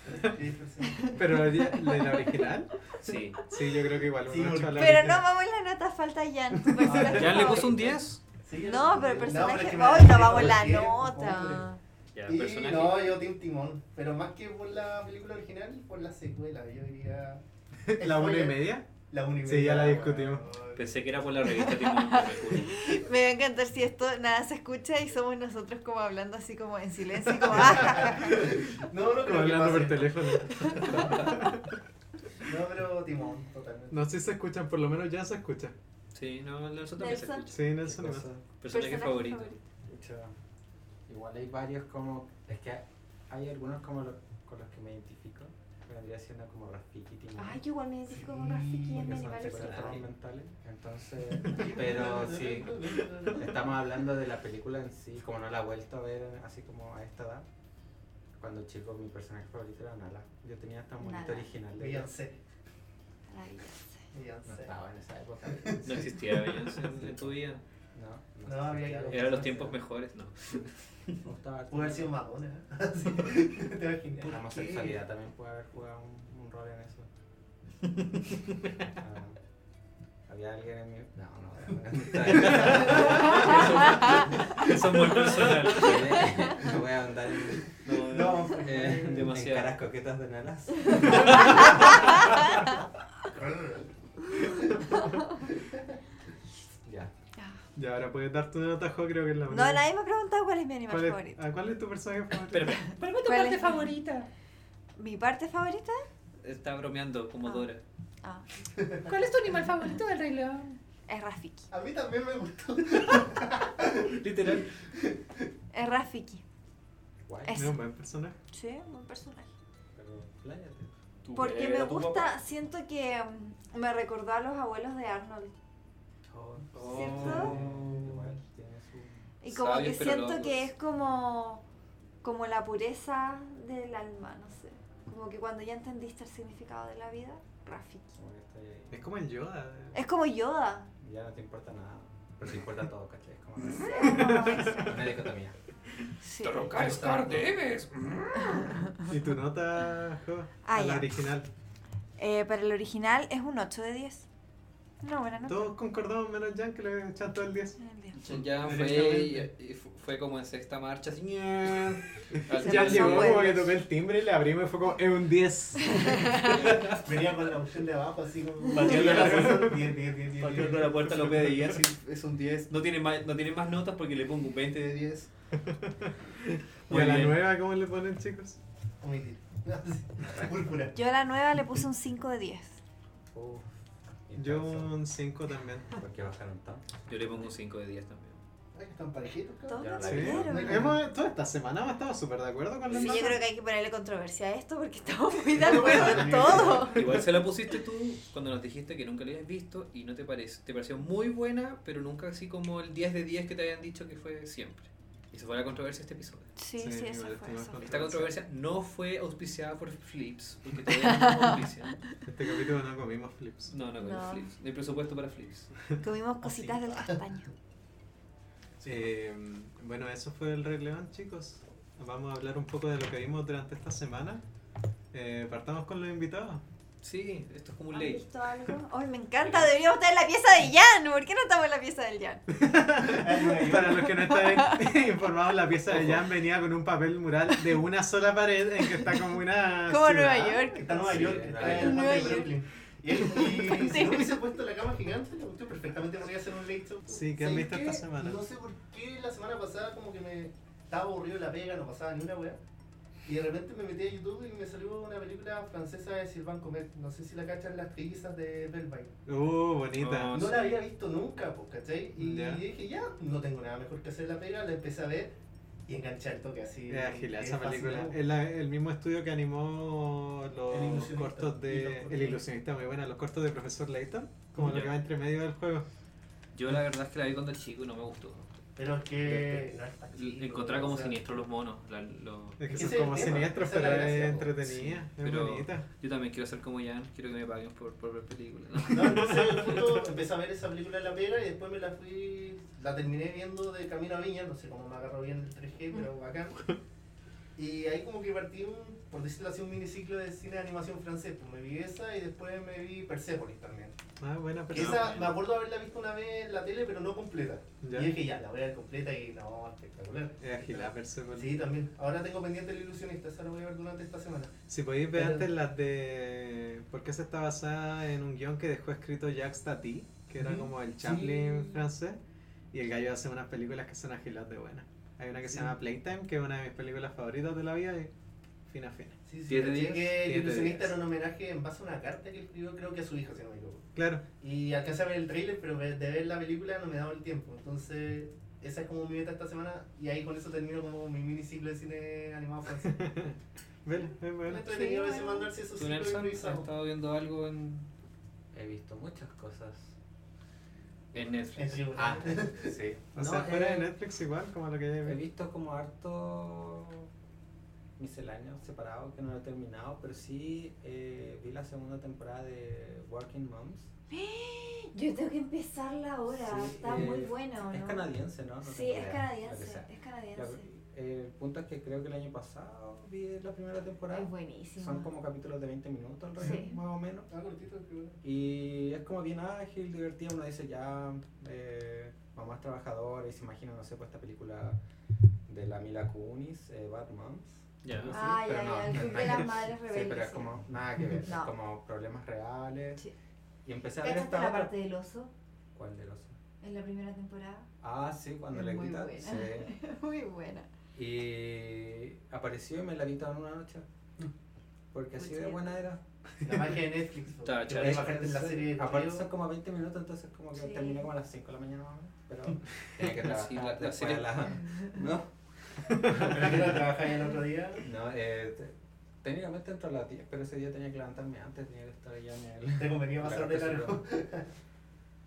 S6: Sí, pues, sí.
S2: Pero el, el original,
S3: Sí.
S2: sí, yo creo que igual.
S6: Sí,
S2: un ocho a la
S4: Pero no
S2: original.
S4: vamos en la nota, falta Jan. tu personaje
S3: Ya le puso
S4: favorito.
S3: un 10.
S6: Sí, el-
S4: No, pero el
S6: pero es
S4: personaje.
S6: que me-
S4: Hoy no vamos en la
S6: Sí,
S4: nota.
S3: Ya,
S6: Y
S3: personaje.
S6: no, yo Tim Timón, pero más que por la película original, por la secuela, yo diría...
S2: La una y media.
S6: La una y
S2: Sí, ya la
S6: media,
S2: discutimos.
S6: weón.
S3: Pensé que era por la revista Timón. pero me juro.
S4: Me va a encantar si esto nada se escucha y somos nosotros como hablando así como en silencio y como. "Ah".
S6: No, no
S2: Como
S6: creo que
S2: hablando por
S6: pase.
S2: teléfono.
S6: No, pero Timón, totalmente.
S2: No sé si se escuchan, por lo menos ya se escucha.
S3: Sí, no, Nelson también se
S4: Nelson.
S3: escucha.
S2: Sí,
S7: Qué
S2: Nelson.
S7: cosa.
S3: Personaje,
S4: Personaje
S3: favorito.
S4: favorito.
S7: Pucha, Igual hay varios como. Es que hay algunos como los- con los que me identifico. que vendría siendo como Rafiki Timón.
S4: Ay, yo igual me identifico con
S6: Sí,
S4: Rafiki en mi
S7: porque son
S4: animal
S7: separados
S4: exótico.
S7: mentales. Entonces. Pero sí. Estamos hablando de la película en sí, como no la he vuelto a ver así como a esta edad. Cuando chico mi personaje favorito era Nala. Yo tenía hasta un bonito
S4: Nala.
S7: original de ella.
S6: Beyoncé,
S4: Maravilloso.
S7: No
S6: Beyoncé.
S7: estaba en esa época.
S3: No existía Beyoncé en tu vida.
S7: No,
S6: No, había
S7: existía.
S6: algo.
S3: Eran los tiempos mejores, no.
S7: Me gustaba harto.
S6: Pudo haber sido Madonna. ¿eh? Sí, Te imaginas.
S7: La homosexualidad también puede haber jugado un, un rol en eso. Ah, había alguien en mi. No, no, no.
S3: Eso es muy personal.
S7: No voy a andar en.
S3: No,
S6: No,
S7: Eh,
S6: porque-
S3: Demasiado.
S7: En caras coquetas de nanas. ya.
S2: Y ahora puedes darte un atajo, creo que es la
S4: No,
S2: única.
S4: nadie me ha preguntado cuál es mi animal
S2: ¿Cuál es-
S4: favorito.
S2: ¿A cuál es tu personaje favorito?
S3: Pero
S5: ¿Cuál fue tu
S4: ¿Cuál
S5: parte
S4: es?
S5: favorita?
S4: ¿Mi parte favorita?
S3: está bromeando como
S4: Ah.
S3: Dora.
S4: Ah,
S5: ¿Cuál es tu animal favorito del Rey León?
S4: es Rafiki.
S6: A mí también me gustó.
S3: Literal.
S4: Es Rafiki.
S7: Guay.
S4: Es-
S2: No, un buen personaje.
S4: Sí, un buen personaje.
S7: Pero pláyate.
S4: Porque me gusta, siento que mm, me recordó a los abuelos de Arnold.
S7: Oh,
S4: ¿Cierto?
S7: Igual tiene su.
S4: Y como
S3: Sabios,
S4: que
S3: pero
S4: siento
S3: locos.
S4: que es como, como la pureza del alma, no sé. Como que cuando ya entendiste el significado de la vida, Rafiki.
S7: Como que está ahí.
S2: Es como en Yoda. eh.
S4: Es como Yoda.
S7: Ya no te importa nada. Pero te importa todo, ¿cachai? Es como
S4: Sí, es como eso.
S7: una dicotomía.
S4: Sí.
S3: Star Davis.
S2: ¿Y tu nota, Jo?
S4: Ah,
S2: a la
S4: ya.
S2: original.
S4: Eh, para el original es un 8 de 10. Una buena nota.
S2: Todos concordamos, menos Jan, que le echan todo el 10.
S4: El 10.
S3: Ya fue, y- y fu- fue como en sexta marcha. Así, ña. Al
S4: Se
S2: Ya
S3: final-
S4: pasó,
S2: llegó
S4: güey.
S2: como que toqué el timbre y le abrimos y fue como, es un 10.
S6: Venía con la opción de abajo, así como.
S3: Batiendo la
S6: puerta. Bien, bien, bien, bien, bien.
S3: Partiendo la puerta lo pedía, así es un 10. No tiene, más, no tiene más notas porque le pongo un 20 de 10.
S2: ¿Y a la
S3: bien.
S2: nueva cómo le ponen, chicos?
S6: Omitir. Así, Púrpura.
S4: Yo a la nueva le puse un 5 de 10.
S7: Uf.
S2: Yo
S7: intenso.
S2: un 5 también.
S7: ¿Por qué bajaron tanto?
S3: Yo le pongo un 5 de 10 también.
S6: Ay, Están parejitos,
S4: Todos
S7: Ya
S6: cabrón.
S7: no
S4: lo
S7: la
S2: Sí.
S7: vi.
S4: supieron.
S2: Hemos, toda esta semana hemos estado súper de acuerdo con las
S4: Sí, yo
S2: notas.
S4: creo que hay que ponerle controversia a esto porque estamos muy de acuerdo en todo.
S3: Igual se la pusiste tú cuando nos dijiste que nunca la habías visto y no te parece. Te pareció muy buena, pero nunca así como el 10 de 10 que te habían dicho que fue siempre. Y se fue la controversia de este episodio.
S4: Sí,
S2: Sí,
S4: sí, eso
S2: igual
S4: fue
S2: estoy
S4: eso.
S2: más
S3: Esta controversia no fue auspiciada por Flips, porque todavía no nos auspician.
S2: Este capítulo no comimos flips.
S3: No, no, con
S4: No.
S3: Flips. No hay presupuesto para Flips.
S4: Comimos cositas
S7: Ah,
S4: del castaño.
S2: Eh, bueno, eso fue el Rey León, chicos. Vamos a hablar un poco de lo que vimos durante esta semana. Eh, partamos con los invitados.
S3: Sí, esto es como
S6: Ah,
S3: un
S4: ¿Has
S3: ley.
S4: visto algo? Ay, me encanta, deberíamos estar en la pieza de Jan. ¿Por qué no estamos en la pieza del Jan?
S6: Ah,
S2: Para los que no están informados, la pieza de Jan venía con un papel mural de una sola pared en que está como
S7: Ah,
S2: una.
S4: Como
S2: ciudad.
S4: Nueva York.
S6: Está en Nueva
S7: Sí,
S6: York,
S7: en
S6: está
S7: Nueva
S6: en
S4: York.
S6: el norte de Brooklyn. Y, él, y si no hubiese puesto la cama gigante, la cuestión perfectamente podría hacer un late show.
S2: Sí, que han
S6: ¿Sabes
S2: visto
S6: qué?
S2: esta semana.
S6: No sé por qué la semana pasada como que me estaba aburrido la pega, no pasaba ni una weá. Y de repente me metí a YouTube y me salió una película francesa de Sylvain Comet. No sé si la cachan las trillizas de Belvine.
S2: Uh, bonita.
S3: Oh,
S6: No la había visto nunca, pues, ¿cachai? Y
S2: Ya.
S6: dije, ya, no tengo nada mejor que hacer la pega, la empecé a ver y enganché el toque así.
S2: Es agilada esa
S6: fácil,
S2: película.
S6: ¿no?
S2: Es la- el mismo estudio que animó
S6: El
S2: los
S6: ilusionista.
S2: cortos
S6: Y los
S2: de.
S6: cortos.
S2: El ilusionista, muy buena. Los cortos de Profesor Layton. Como lo
S3: Ya.
S2: que va entre medio del juego.
S3: Yo la verdad es que la vi cuando era chico y no me gustó.
S6: Pero es que no es tan chico,
S3: Encontré como
S6: o sea,
S3: siniestro los monos. la- los-
S2: Es que
S6: Ese
S2: son
S6: es el
S2: como
S6: tema,
S2: siniestros,
S6: esa es la
S2: pero es
S6: gracia, po.
S2: entretenida.
S3: Sí,
S2: es
S3: pero-
S2: bonita.
S3: Yo también quiero ser como Jan, quiero que me paguen por, por ver películas.
S6: No, entonces el punto, empecé a ver esa película en la pega y después me la fui, la terminé viendo de camino a Viña, no sé cómo me agarró bien el 3G,
S2: Mm.
S6: pero bacán. Y ahí como que partí un, por decirlo así, un miniciclo de cine de animación francés, pues me vi esa y después me vi Persepolis también.
S2: Ah, buena
S6: Que
S2: pero.
S6: esa, me acuerdo haberla visto una vez en la tele, pero no completa.
S2: Ya.
S6: Y dije, ya, la voy a ver completa y no, espectacular.
S2: Es agilada, Persepolis.
S6: Sí, también. Ahora tengo pendiente el ilusionista, esa la voy a ver durante esta semana.
S2: Si podéis ver
S6: Pero-
S2: antes las de. Porque esa está basada en un guión que dejó escrito Jacques Tati, que era
S6: Ujú.
S2: como el Chaplin
S6: Sí.
S2: francés. Y el gallo hace unas películas que son agiladas de buenas. Hay una que
S6: Sí.
S2: se llama Playtime, que es una de mis películas favoritas de la vida y fina fina.
S6: Sí, sí,
S3: ¿Siete
S6: caché
S3: días?
S6: que el
S2: Siete
S6: ilusionista
S2: días.
S6: era un homenaje en base a una carta que escribió, creo que a su hija, si no me equivoco.
S2: Claro,
S6: Y alcancé a ver el trailer, pero de ver la película no me daba el tiempo. Entonces, esa es como mi meta esta semana y ahí con eso termino como mi miniciclo de cine animado francés.
S2: vela, es buena.
S6: entretenido a veces
S4: bueno.
S6: mandarse esos
S3: ¿Tú,
S6: ciclos
S3: Nelson, has
S6: improvisados.
S3: estado viendo algo en,
S7: He visto muchas cosas.
S3: en
S6: En
S3: Netflix?
S6: serio,
S7: Ah, sí.
S2: O sea,
S7: No,
S2: fuera
S7: eh,
S2: de Netflix igual, como lo que ya
S7: He
S2: vi.
S7: visto como harto misceláneo separado que no lo he terminado, pero sí eh, vi la segunda temporada de Working Moms.
S4: Yo tengo que empezarla ahora,
S7: Sí,
S4: está
S7: eh,
S4: muy buena, ¿o
S7: Es
S4: no?
S7: canadiense, ¿no? No
S4: Sí,
S7: tengo
S4: es
S7: idea,
S4: canadiense,
S7: lo que sea.
S4: es
S7: La-
S4: canadiense.
S7: eh, el punto es que creo que el año pasado vi la primera temporada.
S4: Es buenísima.
S7: Son como capítulos de 20 minutos, alrededor,
S4: Sí.
S7: más o menos.
S6: Ah, cortito, qué bueno.
S7: Y es como bien ágil, divertida, uno dice ya, eh, mamás trabajadoras, y se imagina, no sé, pues esta película de la Mila Kunis, eh, Bad Moms.
S3: Ya.
S6: Ah.
S7: algo así,
S4: Ay,
S7: pero
S4: ay,
S7: no,
S4: ay, el club
S7: no
S4: de
S7: hay-
S4: las madres
S7: Sí, pero
S4: rebeldes.
S7: es como nada que ver, es
S4: No.
S7: como problemas reales.
S4: Sí.
S7: Y empecé a ver
S4: ¿Cachaste
S7: esta
S4: la
S7: otra-
S4: parte del oso
S7: ¿Cuál de los?
S4: en la primera temporada?
S7: Ah, sí, cuando
S4: Es
S7: le
S4: muy
S7: gritan.
S4: buena.
S7: Sí.
S4: Muy buena.
S7: Y apareció y me la vi toda en una noche. Porque así de
S4: Pucha.
S7: buena era.
S6: La magia de Netflix. po.
S3: Está,
S6: Que
S3: chaval.
S6: voy a bajarte Mm. la serie de
S7: Aparte
S6: frío.
S7: son como 20 minutos, entonces como que
S4: Sí.
S7: terminé como a las 5 de la mañana más o menos. Pero tenía que trabajar
S3: Sí, la- la
S7: después
S3: serie-
S7: a la- No,
S6: Pero que no trabajáis el otro día.
S7: no eh, te- técnicamente entro a las 10, pero ese día tenía que levantarme antes, tenía que estar ya en el...
S6: Te convenía pasar de largo.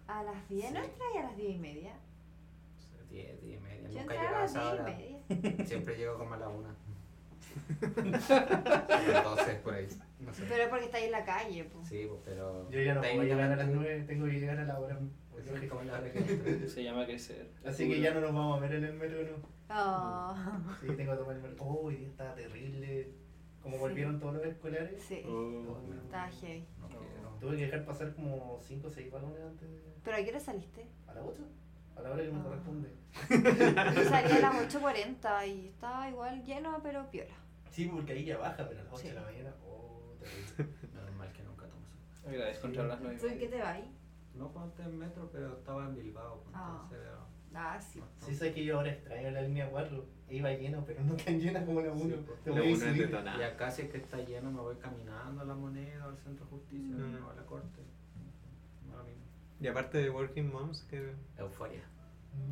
S4: A las 10 no
S7: Sí.
S4: entra y a las 10 y media.
S7: 10, 10 y media,
S4: Yo
S7: nunca
S4: entraba
S7: llegaba
S4: a
S7: a
S4: las 10
S7: esa
S4: y
S7: hora.
S4: media.
S7: Siempre llego como a la 1. 12 por ahí. No sé.
S4: Pero porque está ahí en la calle, pues.
S7: Sí, pues, pero.
S6: Yo ya no puedo llegar a las
S7: técnicamente,
S6: 9, tengo que llegar a la hora.
S7: eso es pues, como la hora que entro.
S3: Se llama Crecer.
S6: Así que ya no nos vamos a ver en el metro, ¿no?
S4: Oh.
S6: Sí, tengo que tomar el metro. Oh, hoy día estaba terrible. Como
S4: Sí.
S6: volvieron todos los escolares.
S4: Sí,
S6: pues,
S2: Oh.
S4: está heavy.
S7: No quiero.
S6: Tuve que dejar pasar como 5 o 6 vagones antes. de-
S4: ¿Pero a qué hora saliste?
S6: ¿A las 8? A la hora que me
S4: Ah.
S6: corresponde.
S4: Yo salí a las 8.40 y estaba igual lleno, pero piola.
S6: Sí, porque ahí ya baja, pero a las 8 de
S4: Sí.
S6: la mañana. Oh, terrible.
S7: Menos mal que nunca tomo eso.
S3: Agradezco entrar a las
S4: ¿Tú en qué
S3: 9.
S4: te vas ahí?
S7: No conté en metro, pero estaba en Bilbao. pues,
S4: Ah.
S7: Entonces. era-
S4: Ah, sí.
S6: Sí, sabes que yo ahora extraño la línea 4. Iba lleno, pero no tan llena como la 1.
S7: Sí, pues.
S6: Te
S2: La
S6: voy a
S2: uno es
S6: subir.
S7: Y
S2: detonada.
S7: acá, si es que está lleno, me voy caminando a la moneda, al centro de justicia,
S2: Mm.
S7: o a la corte. Mm, No lo mismo.
S2: Y aparte de Working Moms, que-
S7: Euforia.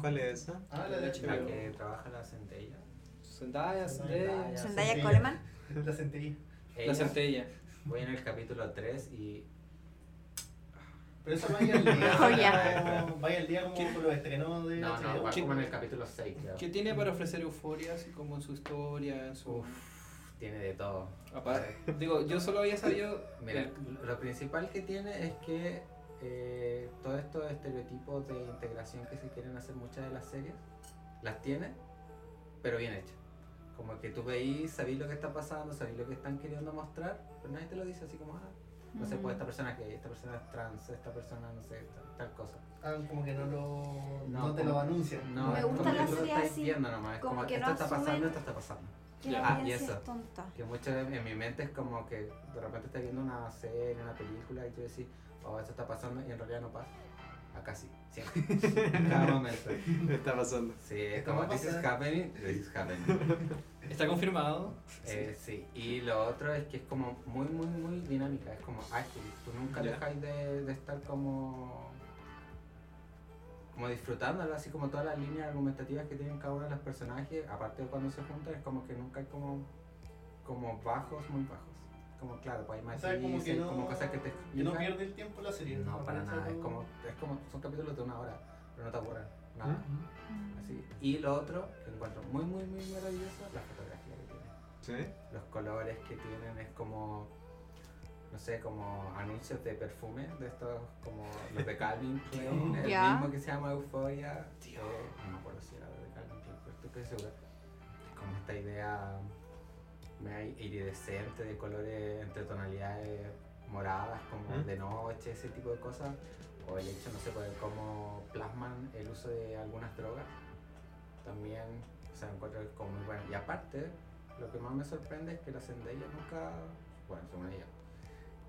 S2: ¿cuál es esa?
S6: Ah, la de
S3: Sí,
S7: La
S3: pero-
S7: que trabaja la centella.
S3: Zendaya,
S7: Zendaya.
S3: Zendaya.
S4: Zendaya
S6: Zendaya.
S4: Coleman.
S6: La centella.
S3: La centella.
S7: Voy en el capítulo 3 y
S6: Pero eso vaya al día.
S4: Oh, ya.
S6: como- Vaya al día como con los estrenos de.
S7: No, no,
S6: HBO.
S7: va
S3: ¿Qué-
S7: como en el capítulo 6, creo.
S3: ¿Qué tiene para ofrecer Euforia, así como en su historia, en su...
S7: Uf, tiene de todo.
S3: Aparte, digo, yo solo había sabido...
S7: Mira,
S3: el-
S7: lo principal que tiene es que eh, todos estos estereotipos de integración que se quieren hacer muchas de las series, las tiene, pero bien hecho. Como que tú veís, sabéis lo que está pasando, sabéis lo que están queriendo mostrar, pero nadie te lo dice así como, ah, no sé, pues esta persona que esta persona es trans, esta persona no sé, tal, tal cosa.
S6: Ah, como que no lo. No,
S7: No,
S6: te lo anuncian.
S7: No,
S4: Me
S7: es
S4: gustan
S7: como que
S4: las
S7: tú lo
S4: series
S7: estáis
S4: así,
S7: viendo nomás, es
S4: como
S7: como,
S4: que
S7: esto
S4: no
S7: está
S4: asumen-
S7: pasando, esto está pasando.
S4: Que la
S7: Ah, y
S4: audiencia
S7: eso.
S4: es tonta.
S7: Que mucho en en mi mente es como que de repente estás viendo una serie, una película y tú decís, oh, esto está pasando y en realidad no pasa. Acá sí, siempre. En Cada momento.
S2: Está pasando.
S7: Sí, es
S6: Esto
S7: como
S6: va a
S7: This is
S6: pasar.
S7: happening, this is happening.
S3: Está confirmado.
S7: Eh, sí, y lo otro es que es como muy, muy, muy dinámica, es como ágil. Tú nunca
S2: Ya.
S7: dejáis de, de estar como. como disfrutándolo, así como todas las líneas argumentativas que tienen cada uno de los personajes, aparte de cuando se juntan, es como que nunca hay como. como bajos, muy bajos. Como claro, pues hay
S6: O
S7: matices,
S6: sea, como que no,
S7: como cosas que te
S6: que no
S7: explican.
S6: pierde el tiempo la serie.
S7: No, para
S6: O sea,
S7: nada. Es
S6: como-
S7: como, es como, son capítulos de una hora, pero no te aburren.
S6: Ah.
S7: Nada.
S2: ¿Mm?
S7: Así. Y lo otro que encuentro muy, muy, muy maravilloso, la fotografía que tiene.
S2: ¿Sí?
S7: Los colores que tienen es como, no sé, como anuncios de perfume, de estos, como los de Calvin Klein, el
S4: Ya.
S7: mismo que se llama Euphoria. eh, no me acuerdo si era de Calvin Klein, pero estoy casi seguro. Es como esta idea media iridescente de colores entre tonalidades moradas, como
S2: ¿Mm?
S7: de noche, ese tipo de cosas. O el hecho, no sé, pues, de cómo plasman el uso de algunas drogas. También, o sea, encuentro que es como muy bueno. Y aparte, lo que más me sorprende es que la Zendaya nunca, bueno, según ella,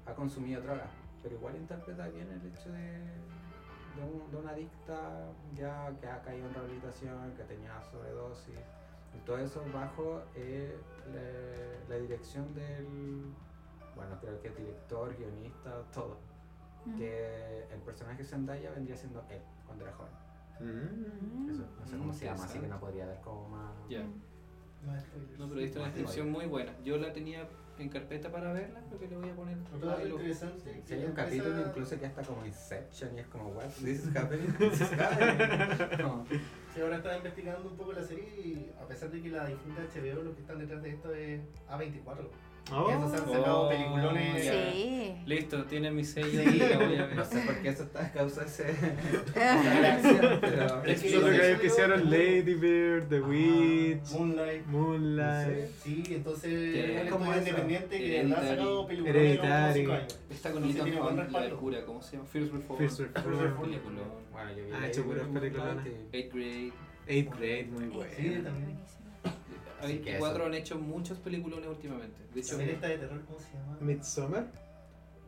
S7: ha consumido drogas, pero igual interpreta bien el hecho de, de, un, de una adicta ya que ha caído en rehabilitación, que tenía sobredosis, y pues, todo eso bajo eh, la, la dirección del, bueno, creo que director, guionista, todo, Mm. que el personaje Zendaya vendría siendo él cuando era joven.
S4: Mm,
S7: Eso, no sé
S2: Mm,
S7: cómo se llama, así que no podría dar como más...
S3: Ya.
S6: No, es spoiler.
S3: No, pero diste una descripción muy buena. Yo la tenía en carpeta para verla, creo que le voy a poner.
S6: Otro dato
S3: ahí lo-
S6: interesante.
S7: Sí,
S6: que
S7: hay un
S6: empieza-
S7: capítulo incluso que hasta como Inception y es como, what, this is happening, this is happening. Como,
S6: Sí, ahora estaba investigando un poco la serie y a pesar de que la difunta HBO, los que están detrás de esto es A24.
S2: Oh,
S6: Esos han sacado
S3: Oh,
S6: peliculones.
S3: ya.
S4: Sí.
S3: Listo, tiene mi sello.
S6: Sí.
S3: la voy a ver.
S7: no sé por qué eso está, causa ese, esa reacción, pero...
S3: Es que
S2: Pues Yo creo que ellos
S6: Sí.
S2: hicieron Lady Bird, The
S7: Ah,
S2: Witch,
S6: Moonlight.
S2: Moonlight.
S6: Sí, entonces
S3: Que
S6: es
S7: es
S6: como
S7: como eso.
S6: independiente que ha
S3: Hereditary.
S6: sacado películas en los últimos cinco
S2: Hereditary.
S6: años.
S3: Está con
S6: Sí,
S3: Ethan
S6: tiene buen
S3: Hunt, la
S6: respaldo.
S3: locura, ¿cómo se llama? First Reform.
S2: First
S6: Reform.
S2: Reform.
S7: Bueno, yo vi
S2: Ah, hecho puras películas.
S3: Eighth Grade.
S2: Eighth Grade, muy bueno.
S6: Sí, también.
S4: Buenísimo.
S3: A
S7: Así que
S3: 24
S7: eso.
S3: han hecho muchos peliculones últimamente. De hecho,
S6: También esta de terror, ¿cómo se llama?
S2: Midsommar,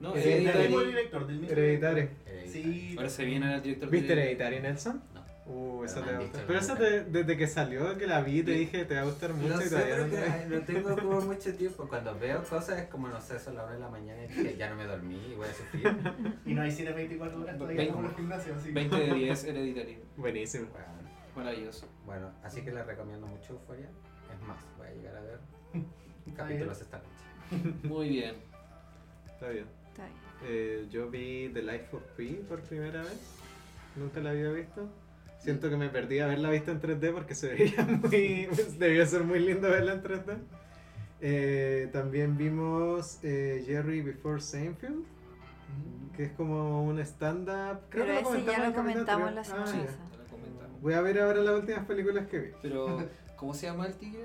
S3: no,
S6: Sí, del
S2: Hereditary.
S6: mismo
S3: Hereditary.
S6: director, del mismo
S2: Hereditary.
S7: eh,
S6: Sí.
S3: Ahora se viene al director
S2: ¿Viste
S3: de-
S2: Hereditary, Nelson?
S7: No.
S2: Uh, esa
S7: Pero
S2: te va
S7: me
S2: a
S7: han dicho
S2: gustar.
S7: que
S2: Pero
S7: me
S2: esa
S7: gusta.
S2: te- desde que salió, que la vi, te
S3: Sí.
S2: dije, te va a gustar mucho
S7: No
S2: y
S7: sé,
S2: todavía
S7: pero
S2: no la
S7: que no tengo como mucho tiempo. Cuando veo cosas es como, no sé, son las 1 de la mañana y dije, ya no me dormí y voy a sufrir. Bueno,
S6: Y no hay cine 24 horas todavía
S3: Veinte.
S6: como los gimnasios, así.
S3: 20 de 10 Hereditary.
S2: Buenísimo.
S3: Maravilloso.
S7: bueno, así que les recomiendo mucho Euforia. Es más, voy a llegar a ver
S6: Está bien.
S7: capítulos esta noche.
S3: Muy bien.
S2: Está bien.
S4: Está bien.
S2: Eh, yo vi The Life of Pi por primera vez. Nunca la había visto. Siento que me perdí a verla vista en 3D porque se veía muy. debió ser muy lindo verla en 3D. Eh, también vimos eh, Jerry Before Seinfeld, que es como un stand-up. Creo
S4: Pero
S2: que lo
S4: ese ya lo
S2: comentamos
S4: comentamos
S2: en
S4: la
S2: el capítulo
S4: semana
S2: anterior. Ah, ya.
S4: pasada.
S3: Ya lo comentamos.
S2: Voy a ver ahora las últimas películas que vi.
S3: Pero, ¿cómo se llama el tigre?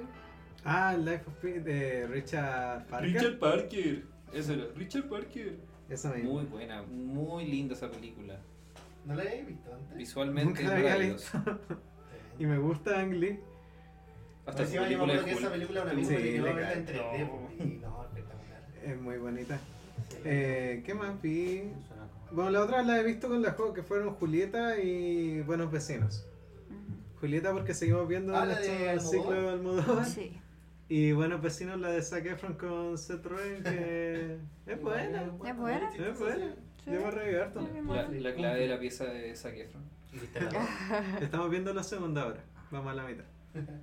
S2: Ah, Life of Pi de Richard Parker.
S3: Parker. Eso era, Richard Parker.
S2: Esa me
S3: Muy buena, muy linda esa película.
S6: ¿No la habéis visto antes?
S2: Nunca
S3: Visualmente
S2: la
S3: es
S2: había
S3: maravillosa.
S2: Y me gusta Ang Lee.
S3: Hasta
S6: Encima
S3: esa
S6: yo me
S3: película
S6: acuerdo que
S3: es
S6: esa
S3: cool.
S6: película una
S2: Sí,
S6: película que yo
S2: le
S6: la veía en
S2: cae.
S6: 3D.
S3: No.
S6: pues, y no, espectacular.
S2: Es muy bonita.
S6: Sí.
S2: Eh, ¿Qué más vi?
S7: Suena como-
S2: Bueno, la otra la he visto con las juego que fueron Julieta y Buenos Vecinos. Julieta porque seguimos viendo
S6: Ah, la
S2: nuestro
S6: de Almodóvar.
S2: ciclo de
S4: Ujú.
S2: Almodóvar.
S4: Sí.
S2: Y Buenos Vecinos la de Zac Efron con Seth Rogen que es buena.
S4: ¿Es buena?
S2: Es buena.
S6: ¿eh?
S4: Sí.
S2: Yo me reí harto.
S3: La,
S4: Sí.
S3: la clave de la pieza de Zac Efron.
S7: ¿Viste la dos?
S2: Estamos viendo la segunda ahora. Vamos a la mitad.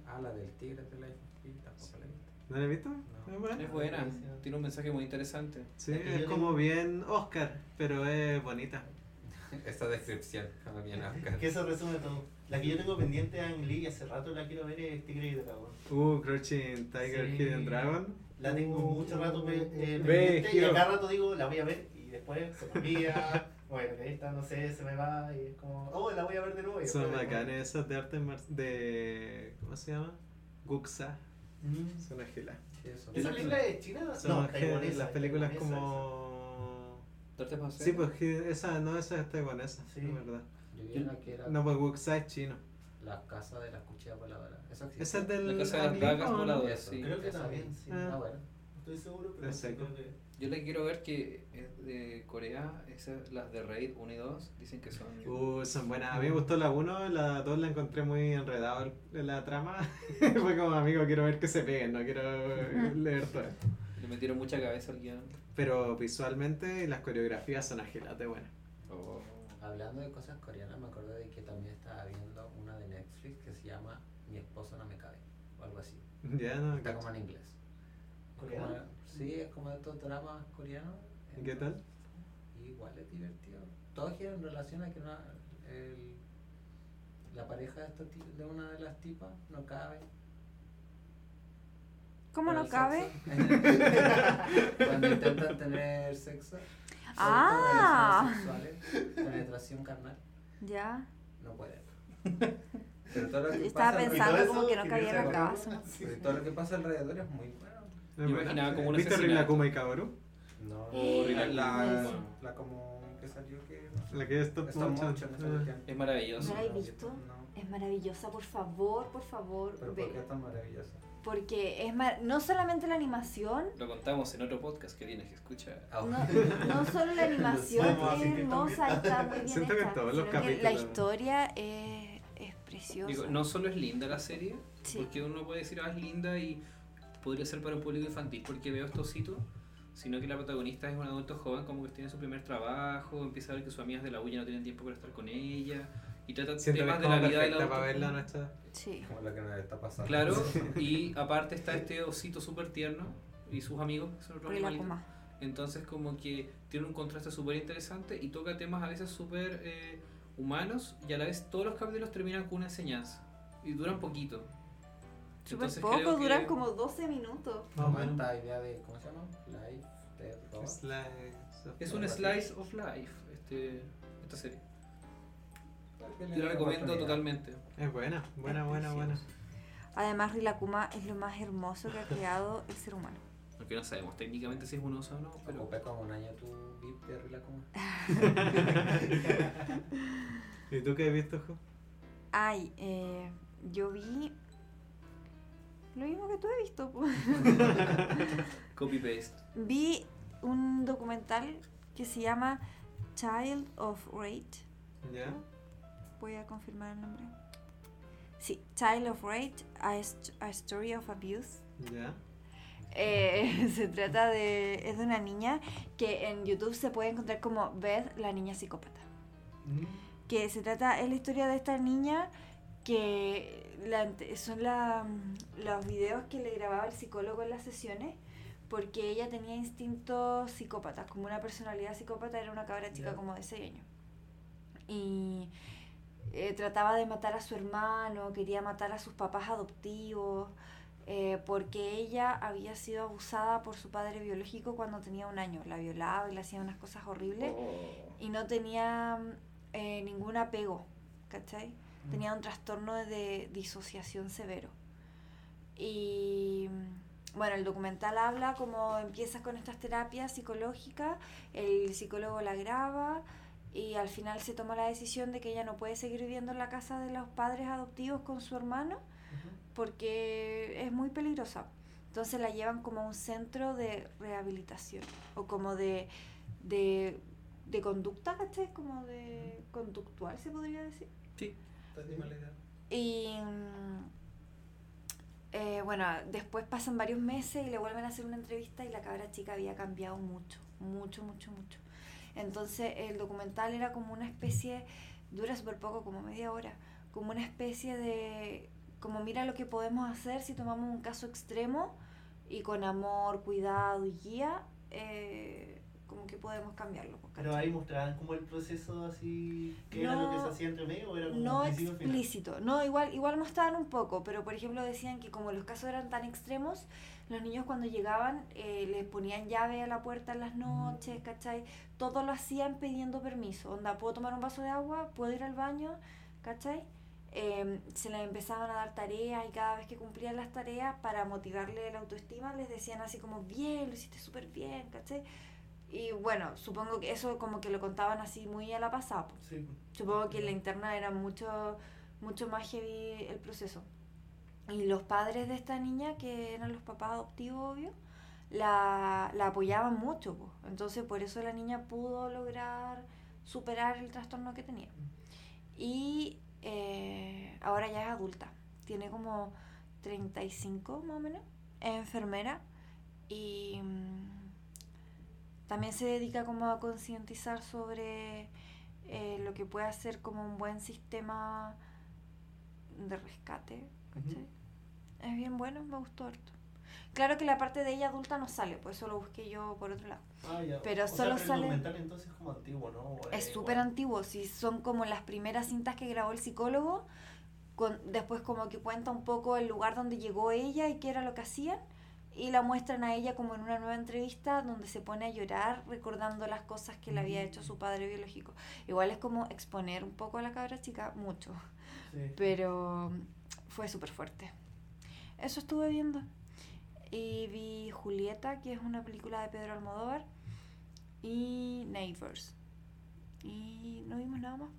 S7: Ah, la del tigre de la sí, tampoco la he visto.
S2: ¿No la he visto?
S7: No.
S2: Es buena.
S3: Es buena, tiene un mensaje muy interesante.
S2: Sí,
S6: Es que
S2: es
S6: yo
S2: como
S6: tengo-
S2: bien Oscar, pero es bonita.
S7: Esa descripción, cuando viene Oscar.
S6: Que eso resume todo. La que yo tengo pendiente a Ang Lee y hace rato la quiero ver es Tigre y Dragón.
S2: Uh, Crouching Tiger
S6: Sí.
S2: Hidden Dragon.
S6: La tengo mucho rato pe- Uh, eh,
S2: Ve,
S6: pendiente y
S2: Gio.
S6: a cada rato digo, la voy a ver y después se me olvida. bueno, que esta no sé, se me va y es como, oh, la voy a ver de nuevo. y
S2: Son
S6: después-
S2: bacanes esas de arte mar- de. ¿Cómo se llama? Guxa.
S6: Mm.
S2: Son ágilas.
S7: Sí, eso.
S6: ¿Esa película es china?
S2: Son ágiles,
S6: taiwanesa,
S2: las películas
S6: taiwanesa,
S2: como.
S3: ¿Tortas Paseras?
S2: Sí, pues Hidden- esa no, esa es taiwanesa,
S6: Sí.
S2: es verdad.
S7: Yo vi una que era
S2: No, pues Guxa es chino.
S7: la casa de la cuchilla voladora. Eso existe.
S2: Esa es del.
S3: La casa de las
S2: Ang Lee,
S3: dagas
S2: ¿o no?
S3: voladoras,
S7: Eso.
S3: sí.
S6: Creo que
S7: Esa
S6: también,
S7: misma.
S6: sí.
S2: Ah.
S7: Ah, bueno.
S6: Estoy seguro, pero
S2: Es seco.
S6: creo que-
S3: Yo le quiero ver que es de Corea, esas, las de Raid 1 y 2, dicen que son.
S2: Uh, son buenas. A
S8: Mm.
S2: mí me gustó la 1, la 2 la encontré muy enredada el- la trama. Fue como, amigo, quiero ver que se peguen, no quiero
S8: Mm.
S2: eh, leer todo esto.
S3: Le metieron mucha cabeza al guión.
S2: Pero visualmente las coreografías son agilate buenas.
S8: Hablando de cosas coreanas, me acordé de que también estaba viendo una de Netflix que se llama Mi esposo no me cabe, o algo así.
S2: Ya no.
S8: Está como en inglés.
S6: ¿Coreano?
S8: Como- sí, es como de estos dramas coreanos.
S2: ¿Y qué tal?
S8: Igual es divertido. Todo gira en relación a que una, el- la pareja de, esta ti- de una de las tipas no cabe.
S4: ¿Cómo
S8: con
S4: no
S8: el
S4: cabe?
S8: sexo. Cuando intentan tener sexo. sobre todo
S4: Ah.
S8: relaciones sexuales, Penetración carnal.
S4: Ya.
S8: No pueden. Pero todo lo que
S4: Estaba
S8: pasa
S4: pensando
S6: todo
S4: como
S6: eso
S4: que no
S6: que
S4: cabía
S6: piensa
S4: la
S8: con-
S4: cabeza. no
S8: alrededor- pero
S4: sé.
S8: todo lo que pasa alrededor es muy bueno.
S2: Es
S3: Yo
S2: buena.
S3: imaginaba como un
S2: ¿Viste
S3: asesinato.
S2: Rinakuma y Kaoru?
S8: No.
S4: Eh,
S3: Oh,
S8: la,
S3: Rinaldi.
S8: la, la como que salió que no sé,
S2: La que es stop
S8: stop
S2: motion.
S8: motion, esa
S2: Ah.
S8: cuestión.
S3: Es maravilloso.
S4: ¿No la he
S8: No,
S4: visto?
S8: no.
S4: Es maravillosa, por favor, por
S8: Pero
S4: favor,
S8: ¿por qué
S4: vela.
S8: es tan maravillosa?
S4: Porque es mar- no solamente la animación,
S3: Lo contamos en otro podcast que tienes que escuchar.
S8: Ah,
S4: No, no solo la animación
S6: Vamos a
S4: es
S6: asistir
S4: hermosa,
S6: también.
S4: está muy bien
S2: Siento que
S4: hecha,
S2: todos los
S4: sino que la
S2: capítulos-
S4: historia es, es preciosa.
S3: Digo, no solo es linda la serie,
S4: Sí.
S3: porque uno puede decir, ah, es linda y podría ser para un público infantil porque veo estos hitos, sino que la protagonista es un adulto joven como que tiene su primer trabajo, empieza a ver que sus amigas de la U ya no tienen tiempo para estar con ella y trata
S2: Siento que es
S3: temas de la
S2: como
S3: vida de
S2: perfecta
S3: la
S2: para verla nuestra.
S4: Sí.
S8: como lo que nos está pasando.
S3: Claro, y aparte está este osito súper tierno y sus amigos, que son otros
S4: Por la
S3: animalitos.
S4: coma.
S3: Entonces como que tiene un contraste súper interesante y toca temas a veces súper eh, humanos y a la vez todos los capítulos terminan con una enseñanza y duran poquito.
S4: Súper
S3: Entonces
S4: poco,
S3: creo que-
S4: duran como 12 minutos.
S8: Como
S2: Más o menos.
S8: esta idea de, ¿cómo se llama? Live, Death, Rock.
S2: Slice of
S3: Es un
S2: life.
S3: slice of life este, esta serie.
S8: Denle
S3: Yo la
S8: una
S3: recomiendo
S8: oportunidad.
S3: totalmente.
S2: Es buena, buena, buena, buena.
S4: Además, Rilakuma es lo más hermoso que ha creado el ser humano.
S3: Aunque no sabemos técnicamente si es un oso o no, pero
S8: Ocupé como un año tu VIP de Rilacuma.
S2: ¿Y tú qué has visto, Jo?
S4: Ay, eh, yo vi lo mismo que tú he visto. po.
S3: copy paste.
S4: vi un documental que se llama Child of Rage.
S2: ¿Ya?
S4: Voy a confirmar el nombre. Sí, Child of Rage, A, St- A Story of Abuse.
S2: ¿Ya?
S4: Eh, se trata de. Es de una niña que en YouTube se puede encontrar como Beth, la niña psicópata. Que se trata. Es la historia de esta niña que la ent- son la- los videos que le grababa el psicólogo en las sesiones porque ella tenía instintos psicópatas, como una personalidad psicópata, era una cabra chica
S6: Ya.
S4: como de 6 años. Y eh, trataba de matar a su hermano, quería matar a sus papás adoptivos, eh, porque ella había sido abusada por su padre biológico cuando tenía un año, la violaba y le hacía unas cosas horribles y no tenía mm, eh, ningún apego, ¿cachai? Tenía un trastorno de disociación severo. Y mm, bueno, el documental habla como empiezas con estas terapias psicológicas, el psicólogo la graba y al final se toma la decisión de que ella no puede seguir viviendo en la casa de los padres adoptivos con su hermano porque es muy peligrosa. Entonces la llevan como a un centro de rehabilitación o como de, de, de conducta, ¿cachai? Como de conductual se podría decir. Y mm, eh, bueno, después pasan varios meses y le vuelven a hacer una entrevista y la cabra chica había cambiado mucho, mucho, mucho, mucho. Entonces el documental era como una especie, dura súper poco, como media hora, como una especie de, como mira lo que podemos hacer si tomamos un caso extremo y con amor, cuidado y guía, eh, como que podemos cambiarlo.
S6: Pero ahí mostraban como el proceso así, que era lo que se
S4: No,
S6: hacía entre medio, o era como
S4: No
S6: principio, final?
S4: explícito, no, igual, igual mostraban un poco, pero por ejemplo decían que como los casos eran tan extremos, los niños cuando llegaban eh, les ponían llave a la puerta en las noches, ¿cachai? Todo lo hacían pidiendo permiso, onda, ¿puedo tomar un vaso de agua? ¿Puedo ir al baño? ¿cachai? Eh, se les empezaban a dar tareas y cada vez que cumplían las tareas, para motivarle la autoestima, les decían así como, bien, lo hiciste súper bien, ¿cachai? Y bueno, supongo que eso como que lo contaban así muy a la pasada. po.
S6: Sí.
S4: Supongo que en la interna era mucho, mucho más heavy el proceso. Y los padres de esta niña, que eran los papás adoptivos, obvio, la, la apoyaban mucho. po. Entonces por eso la niña pudo lograr superar el trastorno que tenía. Y eh, ahora ya es adulta. Tiene como 35 más o menos. Es enfermera. Y mm, también se dedica como a concientizar sobre eh, lo que puede hacer como un buen sistema de rescate. ¿cachai? Es bien bueno, me gustó harto. Claro que la parte de ella adulta no sale, por eso lo busqué yo por otro lado.
S6: Ah, ya.
S4: Pero
S6: O sea,
S4: solo
S6: el
S4: sale-
S6: documental entonces es como antiguo, ¿no? O
S4: Es
S6: igual.
S4: súper antiguo, si son como las primeras cintas que grabó el psicólogo, con, después como que cuenta un poco el lugar donde llegó ella y qué era lo que hacían, y la muestran a ella como en una nueva entrevista donde se pone a llorar recordando las cosas que le había hecho su padre biológico. Igual es como exponer un poco a la cabra chica, mucho,
S6: Sí.
S4: pero fue súper fuerte. Eso estuve viendo. Y vi Julieta, que es una película de Pedro Almodóvar, y Neighbors. Y no vimos nada más.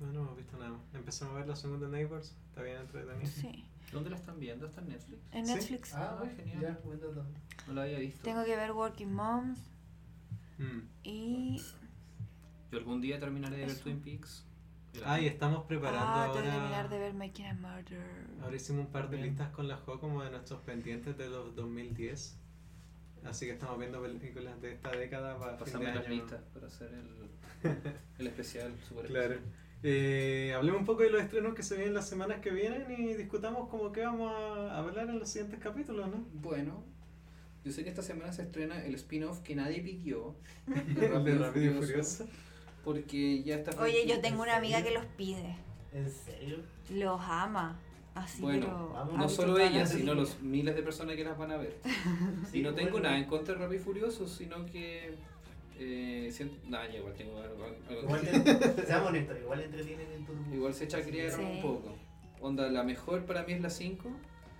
S2: No, no hemos visto nada. Empezamos a ver la segunda Neighbors. Está bien entretenido.
S4: pues, Sí.
S3: ¿Dónde la están viendo? ¿Está en Netflix?
S4: En
S2: Sí.
S4: Netflix.
S3: Ah,
S6: Ah, genial.
S3: genial.
S6: Ya, buen dato.
S3: No la había visto.
S4: Tengo que ver Working Moms
S2: Mm.
S4: y...
S3: Yo algún día terminaré de ver
S4: Eso.
S3: Twin Peaks. El
S2: Ah, y estamos preparando
S4: Ah, tengo que terminar
S2: ahora.
S4: de ver Making a Murder.
S3: Ah,
S2: Ahora hicimos un par de
S3: Bien.
S2: listas con la Jo como de nuestros pendientes de los 2010. Así que estamos viendo películas de esta década para fin de
S3: Pasarme las
S2: año.
S3: listas para hacer el, el especial super
S2: Claro. Eh, hablemos un poco de los estrenos que se vienen las semanas que vienen y discutamos como que vamos a hablar en los siguientes capítulos, ¿no?
S3: Bueno, yo sé que esta semana se estrena el spin-off que nadie pidió.
S2: El de Rápido y Furioso.
S3: Porque ya está.
S4: Oye, yo
S3: franquicia-
S4: tengo una amiga que los pide.
S6: ¿En serio?
S4: Los ama. Así
S3: Bueno,
S4: pero...
S6: vamos.
S4: a
S3: No
S4: mi
S3: solo
S4: total
S3: ella,
S6: sí.
S3: sino los miles de personas que las van a ver.
S6: Sí,
S3: y no tengo
S6: bueno.
S3: nada en contra de Rápido y Furioso, sino que. Eh, siento, nah, ya igual tengo algo. algo-
S6: Igual te- Seamos honestos, igual entretienen en todo
S3: Igual se chacriaron
S4: Sí.
S3: un poco. Onda, la mejor para mí es la 5,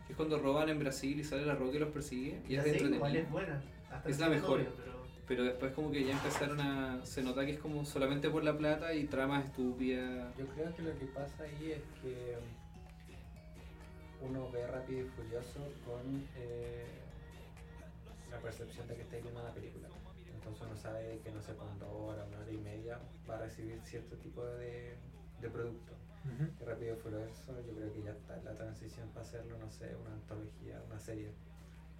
S3: que es cuando roban en Brasil y sale la roca y los persigue. Y es
S6: Sí, igual
S3: entretenida.
S6: es buena. Hasta
S3: Es la
S6: el
S3: mejor.
S6: episodio, pero-
S3: Pero después como que ya empezaron a... Se nota que es como solamente por la plata y tramas estúpidas.
S8: Yo creo que lo que pasa ahí es que uno ve rápido y furioso con eh, la percepción de que está viendo una película. Entonces uno sabe que no sé cuánto hora, una hora y media va a recibir cierto tipo de, de producto. Y rápido y furioso yo creo que ya está la transición para hacerlo, no sé, una antología, una serie.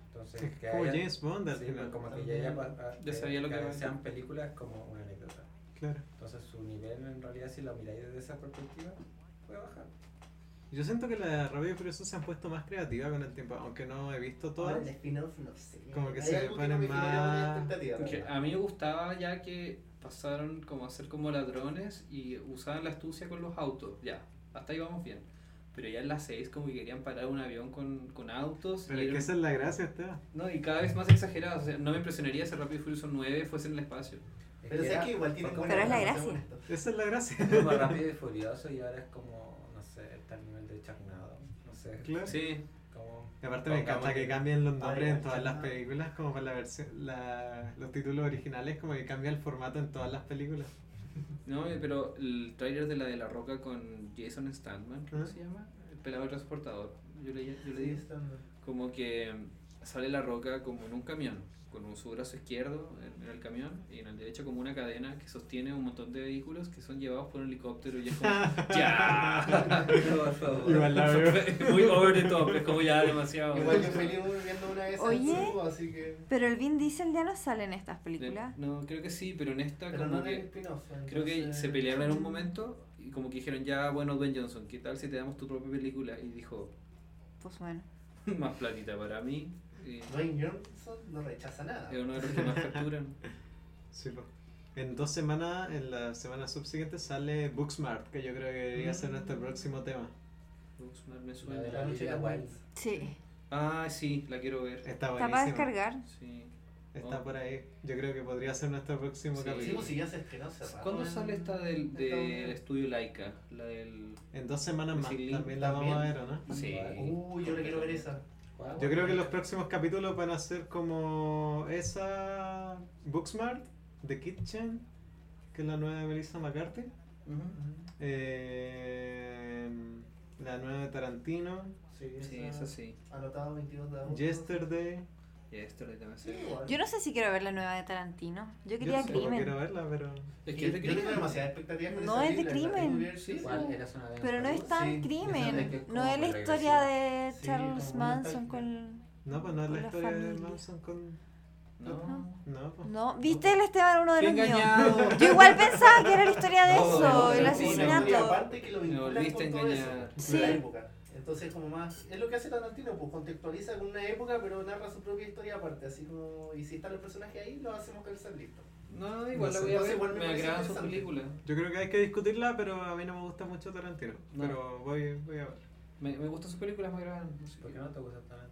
S8: Entonces que
S2: Como
S8: haya-
S2: James Bond al
S8: sí,
S2: final.
S8: como que ya, haya pa-
S3: Ya sabía lo que iba a
S8: sean
S3: decir.
S8: películas como una anécdota.
S2: Claro.
S8: Entonces su nivel en realidad si lo miráis desde esa perspectiva puede bajar.
S2: Yo siento que la de Rápido y Furioso se han puesto más creativa con el tiempo, aunque no he visto
S6: Ahora el
S2: todas.
S6: spin-off, no sé.
S2: Como que
S6: Hay
S2: se
S6: algo
S2: ponen
S6: no me genera
S2: más-
S6: buena expectativa,
S3: Porque
S6: pero-
S3: a mí me gustaba ya que pasaron como a ser como ladrones y usaban la astucia con los autos. Ya, hasta ahí vamos bien. Pero ya en la 6 como que querían parar un avión con, con autos.
S2: Pero
S3: y
S2: es
S3: era
S2: que
S3: un-
S2: esa es la gracia, Esteban.
S3: No, y cada vez más exagerado. O sea, no me impresionaría si Rápido y Furioso 9 fuese en el espacio.
S8: Es
S6: Pero
S8: que
S6: sé
S8: era
S6: que igual tiene
S8: Pero
S6: buena
S4: es la
S6: trama,
S4: gracia.
S6: seamos honestos.
S2: Esa es la gracia.
S8: como rápido y furioso y ahora es como, no sé, está al nivel de chagnado. No sé,
S2: Claro.
S3: Sí,
S8: como...
S2: Y aparte me encanta
S8: Pongamos
S2: que
S8: que-
S2: cambien los
S6: Ay,
S2: nombres en todas
S6: guacha,
S2: las
S6: no.
S2: películas, como para la versión, la- los títulos originales, como que cambia el formato en todas las películas.
S3: No, pero el tráiler de la de La Roca con Jason Statham, ¿cómo
S2: Ah.
S3: se llama? El pelado transportador. Yo le, yo le
S6: Sí,
S3: digo.
S6: está-
S3: Como que mm, sale La Roca como en un camión, con un- su brazo izquierdo en, en el camión y en el derecho como una cadena que sostiene un montón de vehículos que son llevados por un helicóptero y es como ¡Ya!
S8: No, por favor.
S2: Igual la veo.
S3: Muy over the top, es como ya demasiado.
S6: Igual yo feliz viendo una de esas
S4: Oye.
S6: en su, así que...
S4: Pero el Vin Diesel ya no sale en estas
S3: De-
S4: películas.
S3: No, creo que sí, pero en esta
S6: Pero
S3: como
S6: no en el
S3: que...
S6: spin-off.
S3: Creo que
S6: entonces-
S3: se pelearon en un momento y como que dijeron ya, bueno, Dwayne Johnson, ¿qué tal si te damos tu propia película? Y dijo,
S4: Pues bueno.
S3: más platita para mí. Y
S6: Dwayne Johnson no rechaza nada.
S3: es uno de los que más facturan.
S2: Sí, po. En dos semanas, en la semana subsiguiente, sale Booksmart, que yo creo que debería ser nuestro próximo tema.
S3: Booksmart me
S8: La de
S3: suena.
S8: la
S6: noche de
S8: Lilia
S6: la
S8: Wilds.
S4: Sí.
S3: Ah, sí, la quiero ver.
S2: Está
S4: Está para
S2: buenísimo.
S4: descargar.
S3: Sí.
S2: Está por ahí. Yo creo que podría ser nuestro próximo
S3: Sí.
S6: Sí,
S2: capítulo.
S6: pues si ya se estrenó hace rato.
S3: ¿Cuándo sale esta del, este?
S6: Está
S3: del
S6: buena.
S3: estudio Laika? La del...
S2: En dos semanas más.
S3: Sí,
S2: También la vamos a
S6: también.
S2: ver, ¿o no?
S3: Sí.
S6: Uy, yo la quiero ver esa.
S8: ¿Cuál?
S2: Yo creo que los próximos capítulos van a ser como esa Booksmart, The Kitchen, que es la nueva de Melissa McCarthy, eh, la nueva de Tarantino,
S6: Sí,
S3: Sí, es así.
S6: Anotado 22 de agosto.
S2: Yesterday,
S3: Y esto le también
S6: Sí,
S3: se-
S6: igual.
S4: Yo no sé si quiero ver la nueva de Tarantino. Yo quería
S2: Yo tampoco quiero
S4: crimen.
S2: verla, pero.
S3: Es que
S6: Yo
S3: es de
S6: yo tengo
S3: crimen.
S6: demasiadas expectativas con
S4: No
S6: esa
S4: es de
S6: película, la tengo
S4: crimen.
S6: que ver, sí.
S8: Igual era zona de
S4: Pero no es tan
S6: Sí,
S8: es que
S4: crimen.
S8: es como
S4: No es la
S8: regresivo.
S4: historia de
S6: Sí,
S4: Charles
S6: como
S4: Manson
S6: nostálgico.
S4: con.
S2: No, pues no es
S4: Con
S2: la
S4: la
S2: historia de
S4: familia.
S2: Manson con.
S3: No.
S2: No, pues.
S4: No, viste el Esteban, uno de
S3: Fui
S4: los míos.
S3: engañado.
S4: Yo igual pensaba que era la historia de
S8: No, no,
S4: eso, el
S8: no,
S6: Y
S4: asesinato.
S6: aparte que lo
S3: Me
S6: vinculan
S3: volviste
S6: con
S3: a
S6: todo eso,
S3: engañar.
S6: con la
S4: Sí.
S6: época. Entonces como más, es lo que hace Tarantino, pues contextualiza con una época pero narra su propia historia aparte, así como, y si están los personajes ahí, los hacemos calzar listo.
S3: No, igual
S2: No
S3: la
S2: sé,
S3: voy a
S6: no sé,
S3: ver.
S6: igual me
S3: Me
S6: parece
S3: agradan sus
S6: interesante.
S3: películas.
S2: Yo creo que hay que discutirla, pero a mí no me gusta mucho Tarantino.
S3: No.
S2: Pero voy, voy a ver.
S3: Me, me gustan sus películas, me agradan. No sé.
S8: ¿Por qué no te gusta tanto?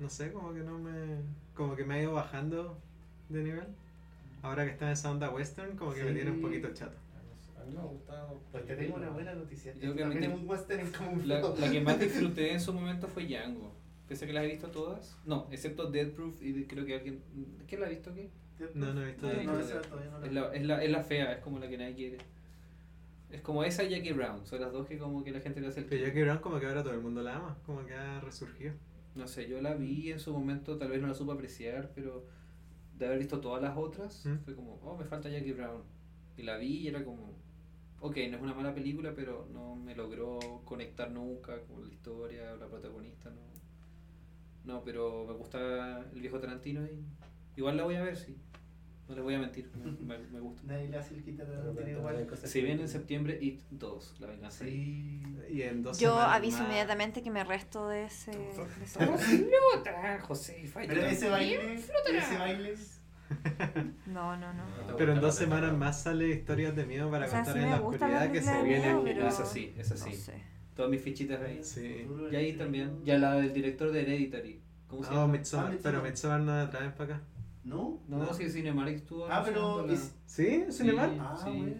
S2: No sé, como que no me. Como que me ha ido bajando de nivel. Ahora que está en esa onda western, como que me
S6: Sí.
S2: tiene un poquito chato.
S8: A mí me ha gustado.
S6: Pues te tengo una buena noticia.
S3: Yo creo
S6: Esto
S3: que
S6: también
S3: te-
S6: es un western en común.
S3: La, la que más disfruté en su momento fue Django. Pese a que las he visto todas. No, excepto Dead Proof y de- creo que alguien... ¿Quién la ha visto aquí?
S2: No, no he visto.
S3: No,
S6: No,
S3: no.
S6: esa todavía no la-
S3: Es la, es, la, es la fea, es como la que nadie quiere. Es como esa y Jackie Brown. Son las dos que como que la gente le hace el...
S2: Pero Jackie Brown, como que ahora todo el mundo la ama. Como que ha resurgido.
S3: No sé, yo la vi en su momento, tal vez no la supe apreciar, pero de haber visto todas las otras,
S2: ¿Mm?
S3: fue como, oh, me falta Jackie Brown. Y la vi y era como, ok, no es una mala película, pero no me logró conectar nunca con la historia, la protagonista, no. No, pero me gusta el viejo Tarantino y igual la voy a ver, sí. No les voy a mentir, me, me- me gusta.
S6: Nadie le hace el quita Tarantino igual.
S3: Se viene en septiembre It 2, La Venganza. de It.
S6: Sí.
S2: Y en dos
S4: Yo
S2: semanas
S4: aviso
S2: más-
S4: inmediatamente que me resto de ese. de esa-
S3: Puta, José, falla.
S6: Pero ese baile, ese baile.
S4: No, no, no.
S2: Pero en dos semanas más sale historias de miedo para
S4: O sea,
S2: contar
S4: sí
S2: en
S4: me
S2: la
S4: gustan las
S2: oscuridad que se
S4: películas de
S2: viene
S4: miedo,
S2: aquí.
S4: pero-
S3: Es así, es
S4: No
S3: así.
S4: sé.
S3: Todas mis fichitas ahí.
S2: Sí.
S3: Y ahí también, ya la del director de Hereditary. ¿Cómo se
S2: No,
S3: llama?
S2: Oh, Midsommar,
S6: Ah, Midsommar.
S2: pero Midsommar no la traen para acá.
S6: ¿No?
S3: No,
S2: no.
S3: sí, Cinemark estuvo.
S6: Ah, pero.
S3: anunciándola.
S6: es-
S2: ¿Sí?
S3: Sí,
S2: ¿Cinemal?
S6: Ah,
S3: sí.
S6: bueno.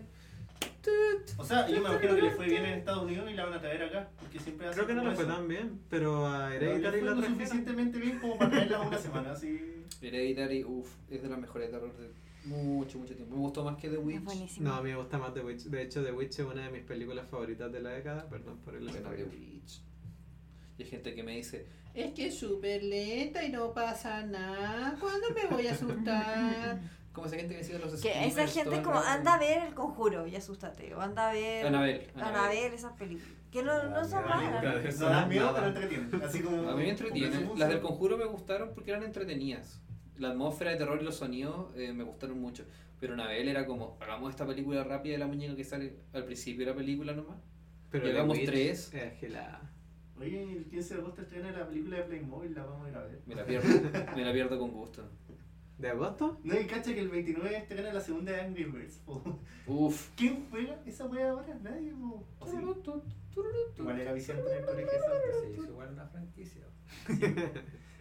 S6: O sea, yo me imagino que le fue bien en Estados Unidos y la van a traer acá. Porque siempre hacen
S2: Creo que no
S6: como
S2: la fue
S6: eso.
S2: tan bien, pero a
S6: Pero le
S2: Hereditary
S6: fue
S2: la
S6: lo
S2: trajeron.
S6: suficientemente bien como para traerla una semana, así.
S3: Hereditary, uff, es de las mejores de terror de mucho, mucho tiempo. Me gustó más que The
S4: Es
S3: Witch.
S4: buenísimo.
S2: No, a mí me gusta más The Witch. De hecho, The Witch es una de mis películas favoritas de la década. Perdón por el
S3: Bueno, The
S2: spoiler.
S3: Witch. Y hay gente que me dice,
S5: Es que es súper lenta y no pasa nada. ¿Cuándo me voy a asustar?
S3: como esa gente que sigue los
S4: Que esa
S3: screamers todo
S4: gente
S3: el
S4: como
S3: rato.
S4: anda a ver el conjuro y asústate. O anda a ver.
S3: Anabel.
S4: Ana ver esas películas. Que no, no son
S8: Ah,
S4: malas.
S2: claro.
S6: No
S2: Eso
S6: da
S2: es
S6: miedo,
S2: nada.
S6: pero entretiene. Así como.
S3: A mí me
S6: como
S3: entretiene.
S6: su
S3: Las del
S6: música.
S3: conjuro me gustaron porque eran entretenidas. La atmósfera de terror y los sonidos eh, me gustaron mucho. Pero Anabel era como, hagamos esta película rápida de la muñeca que sale al principio de la película nomás.
S2: Pero eh,
S3: Llegamos tres.
S2: Es gelada.
S6: Oye, el 15 de agosto estrena la película de Playmobil, la vamos a ir a ver.
S3: Me la pierdo, me la pierdo con gusto.
S2: ¿De agosto?
S6: No, y cacha que el 29 estrena la segunda de Angry Birds. po.
S3: Uf.
S6: ¿Quién juega esa wea ahora? Nadie, po. O sea, Igual era Vicente en el colegio esa.
S8: Se hizo igual una franquicia.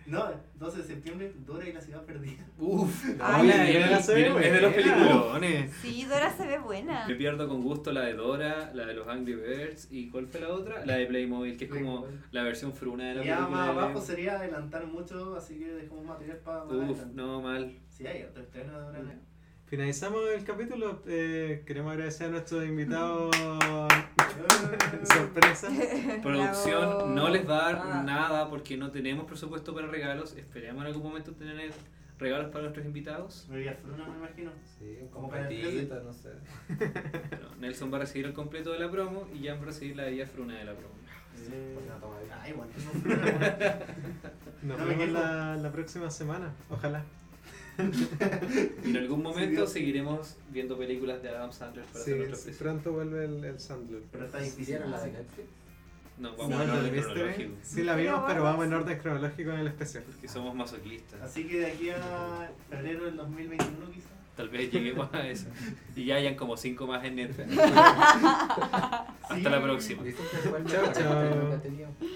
S6: No, 12 de septiembre, Dora y la ciudad perdida.
S3: Uf.
S4: Ay,
S2: Oye, yo la soy
S3: es de los
S2: buena.
S3: peliculones.
S4: Sí, Dora se ve buena.
S3: Me pierdo con gusto la de Dora, la de los Angry Birds y ¿cuál fue la otra? La de Playmobil, que es como
S6: Playmobil.
S3: la versión fruna de la
S6: Ya más
S3: película.
S6: abajo sería adelantar mucho, así que dejamos material para.
S3: de- Uf, no, mal.
S6: Sí, hay otro estreno de Dora. ¿no?
S2: Finalizamos el capítulo. eh, queremos agradecer a nuestros invitados sorpresa.
S4: Bravo.
S3: Producción no les va a dar
S4: Ah.
S3: nada porque no tenemos presupuesto para regalos. Esperemos en algún momento tener regalos para nuestros invitados.
S6: Bebía fruna, me imagino.
S8: Sí, un
S6: Como para el
S8: completito, no sé.
S3: Bueno, Nelson va a recibir el completo de la promo y Jan va a recibir la bebida fruna de la promo.
S6: Eh,
S8: Una toma de-
S6: Ay, bueno, tengo fruna, weón.
S2: Nos
S6: No me
S2: vemos
S6: quejo.
S2: la, la próxima semana. Ojalá.
S3: Y en algún momento
S6: Dios.
S3: seguiremos viendo películas de Adam Sandler para
S2: Sí,
S3: hacer nuestro
S2: sí,
S3: precio.
S2: pronto vuelve el, el Sandler.
S6: Pero está difícil.
S8: ¿Hicieron la de Netflix?
S3: No,
S2: No, ¿eh?
S3: vamos
S2: el
S3: en orden
S2: del Mystery.
S3: cronológico.
S2: Sí, la vimos, pero vamos en orden cronológico en el especial.
S3: Porque somos masoquistas.
S6: Así que de aquí a febrero del 2021, quizás.
S3: Tal vez lleguemos a eso. Y ya hayan como cinco más en Netflix.
S6: Sí.
S3: Hasta la próxima.
S8: Dicen que fue el
S2: Chao,
S8: mejor
S2: chao.
S8: estreno que ha tenido.